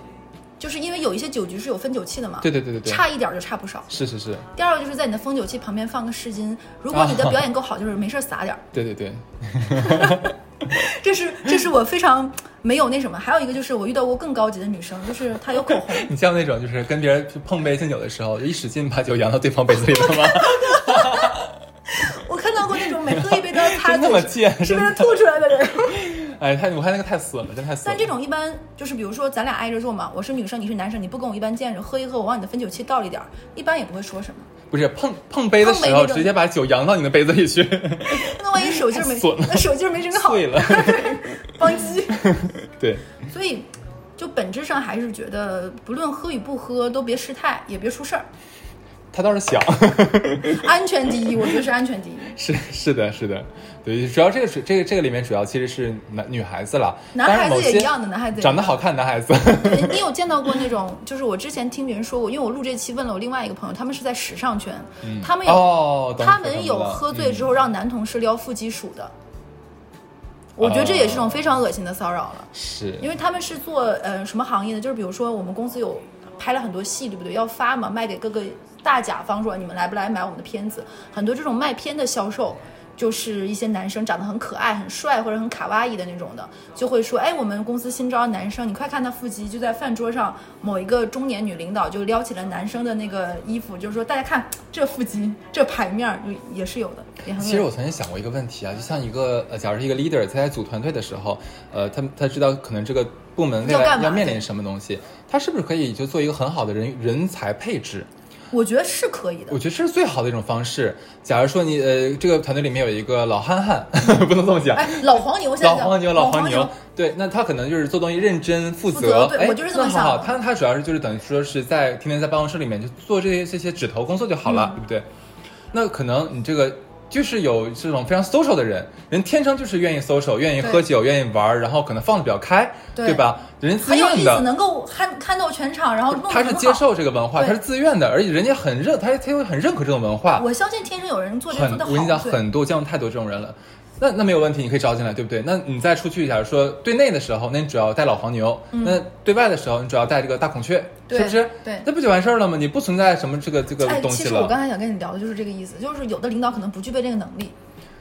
Speaker 3: 就是因为有一些酒局是有分酒器的嘛，
Speaker 2: 对对对对对，
Speaker 3: 差一点儿就差不少。
Speaker 2: 是是是，
Speaker 3: 第二个就是在你的封酒器旁边放个湿巾，如果
Speaker 2: 啊
Speaker 3: 你的表演够好，就是没事儿撒点儿。
Speaker 2: 对对对，
Speaker 3: 这是这是我非常没有那什么。还有一个就是我遇到过更高级的女生，就是她有口 红，
Speaker 2: 你像那种就是跟别人碰杯敬酒的时候，就一使劲把酒扬到对方杯子里了吗？
Speaker 3: 我看到过那种每喝一杯都要擦
Speaker 2: 真
Speaker 3: 嘴
Speaker 2: 那么 贱，
Speaker 3: 是
Speaker 2: 真
Speaker 3: 不是
Speaker 2: 的
Speaker 3: 吐出来的人。
Speaker 2: 哎，太我看那个太损了，真太损
Speaker 3: 但
Speaker 2: 了。
Speaker 3: 这种一般就是，比如说咱俩挨着坐嘛，我是女生，你是男生，你不跟我一般见着，喝一喝，我往你的分酒器倒了一点儿，一般也不会说什么。
Speaker 2: 不是碰碰杯的
Speaker 3: 碰杯
Speaker 2: 时候，
Speaker 3: 那种
Speaker 2: 直接把酒扬到你的杯子里去，
Speaker 3: 那万一手劲儿没
Speaker 2: 太损了，
Speaker 3: 那手劲儿没整好，
Speaker 2: 碎了。
Speaker 3: 邦基。
Speaker 2: 对，
Speaker 3: 所以，就本质上还是觉得，不论喝与不喝，都别失态，也别出事儿，
Speaker 2: 他倒是想，
Speaker 3: 安全第一，我觉得是安全第一。
Speaker 2: 是是的，是的，对，主要这个是这个这个里面主要其实是男女孩子啦，
Speaker 3: 男
Speaker 2: 当然
Speaker 3: 孩子
Speaker 2: 某
Speaker 3: 也
Speaker 2: 些
Speaker 3: 一样的男孩子也一
Speaker 2: 长得好看的男孩子，
Speaker 3: 对哎你有见到过那种？就是我之前听别人说过，因为我录这期问了我另外一个朋友，他们是在时尚圈，他们
Speaker 2: 嗯
Speaker 3: 有、
Speaker 2: 哦，懂
Speaker 3: 他
Speaker 2: 懂
Speaker 3: 们
Speaker 2: 懂
Speaker 3: 有
Speaker 2: 了
Speaker 3: 喝
Speaker 2: 嗯
Speaker 3: 醉之后让男同事撩腹肌数的。我觉得这也
Speaker 2: 哦
Speaker 3: 是一种非常恶心的骚扰了，
Speaker 2: 嗯是
Speaker 3: 因为他们是做呃什么行业的？就是比如说我们公司有拍了很多戏，对不对？要发嘛，卖给各个大甲方说你们来不来买我们的片子？很多这种卖片的销售。就是一些男生长得很可爱、很帅或者很卡哇伊的那种的，就会说：“哎，我们公司新招男生，你快看他腹肌！”就在饭桌上，某一个中年女领导就撩起了男生的那个衣服，就是说：“大家看这腹肌，这排面儿，就也是有的，也很恶
Speaker 2: 其实我曾经想过一个问题啊，就像一个呃，假如是一个 leader 他在组团队的时候，呃，他他知道可能这个部门未
Speaker 3: 要干
Speaker 2: 来
Speaker 3: 嘛
Speaker 2: 要面临什么东西，他是不是可以就做一个很好的人人才配置？
Speaker 3: 我觉得是可以的
Speaker 2: 我。觉得这是最好的一种方式。假如说你呃，这个团队里面有一个老憨憨， 不能这么讲，
Speaker 3: 哎，老黄牛现在
Speaker 2: 老
Speaker 3: 叫
Speaker 2: 黄牛，
Speaker 3: 老
Speaker 2: 黄
Speaker 3: 牛，，
Speaker 2: 对，那他可能就是做东西认真负
Speaker 3: 负责对
Speaker 2: 哎，
Speaker 3: 我就是这么
Speaker 2: 那
Speaker 3: 想
Speaker 2: 很好
Speaker 3: 的
Speaker 2: 他他主要是就是等于说是在天天在办公室里面就做这些这些指头工作就好了，对
Speaker 3: 嗯
Speaker 2: 不对？那可能你这个就是有这种非常 social 的人，人天生就是愿意 social，愿意
Speaker 3: 对
Speaker 2: 喝酒，愿意玩儿，然后可能放得比较开，
Speaker 3: 对
Speaker 2: 吧？人自
Speaker 3: 很有
Speaker 2: 愿
Speaker 3: 意思，
Speaker 2: 的。
Speaker 3: 能够憨憨到全场，然后弄得
Speaker 2: 他是
Speaker 3: 很
Speaker 2: 接
Speaker 3: 好。
Speaker 2: 受这个文化，
Speaker 3: 对
Speaker 2: 他是自愿的，而且人家很认，他他会很认可这种文化。
Speaker 3: 我相信天生有人做这个
Speaker 2: 很
Speaker 3: 做，的好，
Speaker 2: 我跟你讲，
Speaker 3: 对
Speaker 2: 很多我见过太多这种人了。那那没有问题，你可以招进来，对不对？那你再出去，假如说对内的时候，那你主要带老黄牛；那对外的时候，你主要带这个大孔雀，
Speaker 3: 嗯对
Speaker 2: 是不是？
Speaker 3: 对
Speaker 2: 那不就完事儿了吗？你不存在什么这个这个
Speaker 3: 哎，
Speaker 2: 东
Speaker 3: 其
Speaker 2: 西
Speaker 3: 实我
Speaker 2: 了。
Speaker 3: 刚才想跟你聊的就是这个意思，就是有的领导可能不具备这个能力，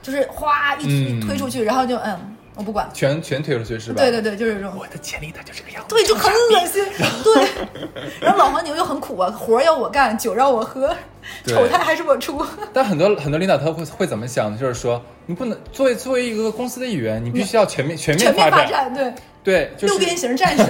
Speaker 3: 就是哗一
Speaker 2: 嗯
Speaker 3: 推、推出去，然后就嗯，我不管。
Speaker 2: 全全推出去是吧？
Speaker 3: 对对对，就是这种，
Speaker 2: 我的潜力它就这个样子。
Speaker 3: 对，就很 恶心。对，然后老黄牛又很苦啊，活儿要我干，酒让我喝，
Speaker 2: 对
Speaker 3: 丑态还是我出。
Speaker 2: 但很多很多领导他会会怎么想？就是说，你不能作为作为一个公司的一员，你必须要全面全面
Speaker 3: 全面
Speaker 2: 发
Speaker 3: 发
Speaker 2: 展。
Speaker 3: 展，对，
Speaker 2: 对，就
Speaker 3: 六边
Speaker 2: 是
Speaker 3: 形战士，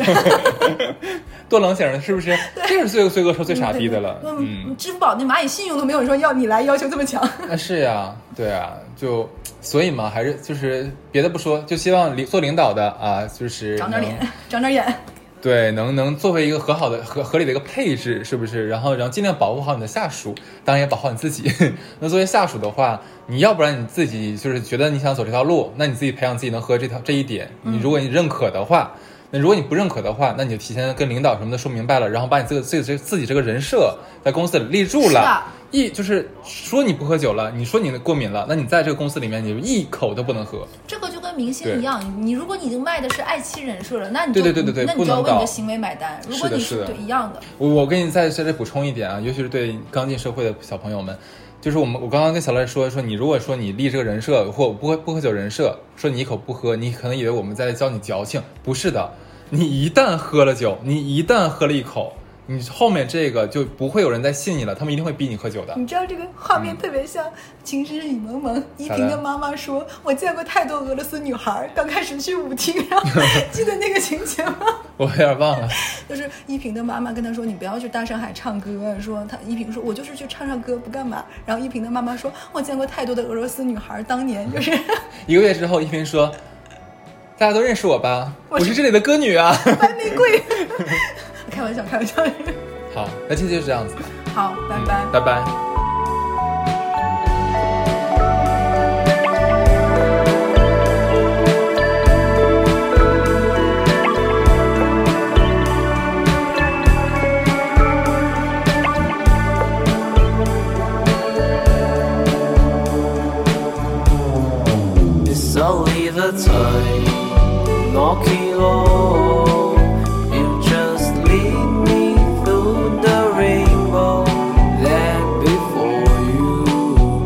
Speaker 2: 多棱形的，是不 是？这是最最恶臭、最 傻逼的了。嗯，
Speaker 3: 嗯，支付宝那蚂蚁信用都没有说要你来要求这么强。
Speaker 2: 那是呀、对啊，就所以嘛，还是就是别的不说，就希望领做领导的啊，就是
Speaker 3: 长点
Speaker 2: 能
Speaker 3: 脸，长点眼。
Speaker 2: 对，能能作为一个和好的合合理的一个配置，是不是？然后然后尽量保护好你的下属，当然也保护好你自己。那作为下属的话，你要不然你自己就是觉得你想走这条路，那你自己培养自己能喝这条这一点，你如果你认可的话。那如果你不认可的话，那你就提前跟领导什么的说明白了，然后把你这个自己自己这个人设在公司里立住
Speaker 3: 是的
Speaker 2: 了，一就是说你不喝酒了，你说你过敏了，那你在这个公司里面你就一口都不能喝，
Speaker 3: 这个就跟明星一样，你如果你已经卖的是爱妻人设了，那你就
Speaker 2: 对对对对对
Speaker 3: 那你
Speaker 2: 不
Speaker 3: 就要
Speaker 2: 能
Speaker 3: 为你
Speaker 2: 搞
Speaker 3: 的行为买单。如果
Speaker 2: 是的
Speaker 3: 你
Speaker 2: 是的
Speaker 3: 对一样的，
Speaker 2: 我我跟你再在这补充一点啊，尤其是对刚进社会的小朋友们，就是我们我刚刚跟小赖说说，你如果说你立这个人设或不喝不喝酒人设，说你一口不喝，你可能以为我们在教你矫情，不是的，你一旦喝了酒，你一旦喝了一口，你后面这个就不会有人再信你了，他们一定会逼你喝酒的。
Speaker 3: 你知道这个画面特别像《情深雨蒙蒙》，依
Speaker 2: 咋嗯
Speaker 3: 萍
Speaker 2: 的
Speaker 3: 的妈妈说：“我见过太多俄罗斯女孩儿，刚开始去舞厅，然后记得那个情节吗？
Speaker 2: 我有点忘了，
Speaker 3: 就是依萍的妈妈跟她说：‘你不要去大上海唱歌。’说她依萍说：‘我就是去唱唱歌，不干嘛。’然后依萍的妈妈说：‘我见过太多的俄罗斯女孩儿，当年就是。’
Speaker 2: 一个月之后，一萍说：“大家都认识我吧，
Speaker 3: 我
Speaker 2: 我
Speaker 3: 是
Speaker 2: 是这里的歌女啊。
Speaker 3: 白玫瑰。 开玩笑，开玩笑。”
Speaker 2: 好，那这期就是这样子，
Speaker 3: 好，拜
Speaker 2: 嗯拜
Speaker 3: 拜。
Speaker 2: 拜。
Speaker 1: It's only the time knocking on. You just lead me through the rainbow. There before you,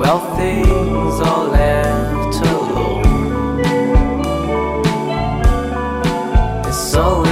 Speaker 1: well, things are left alone. It's only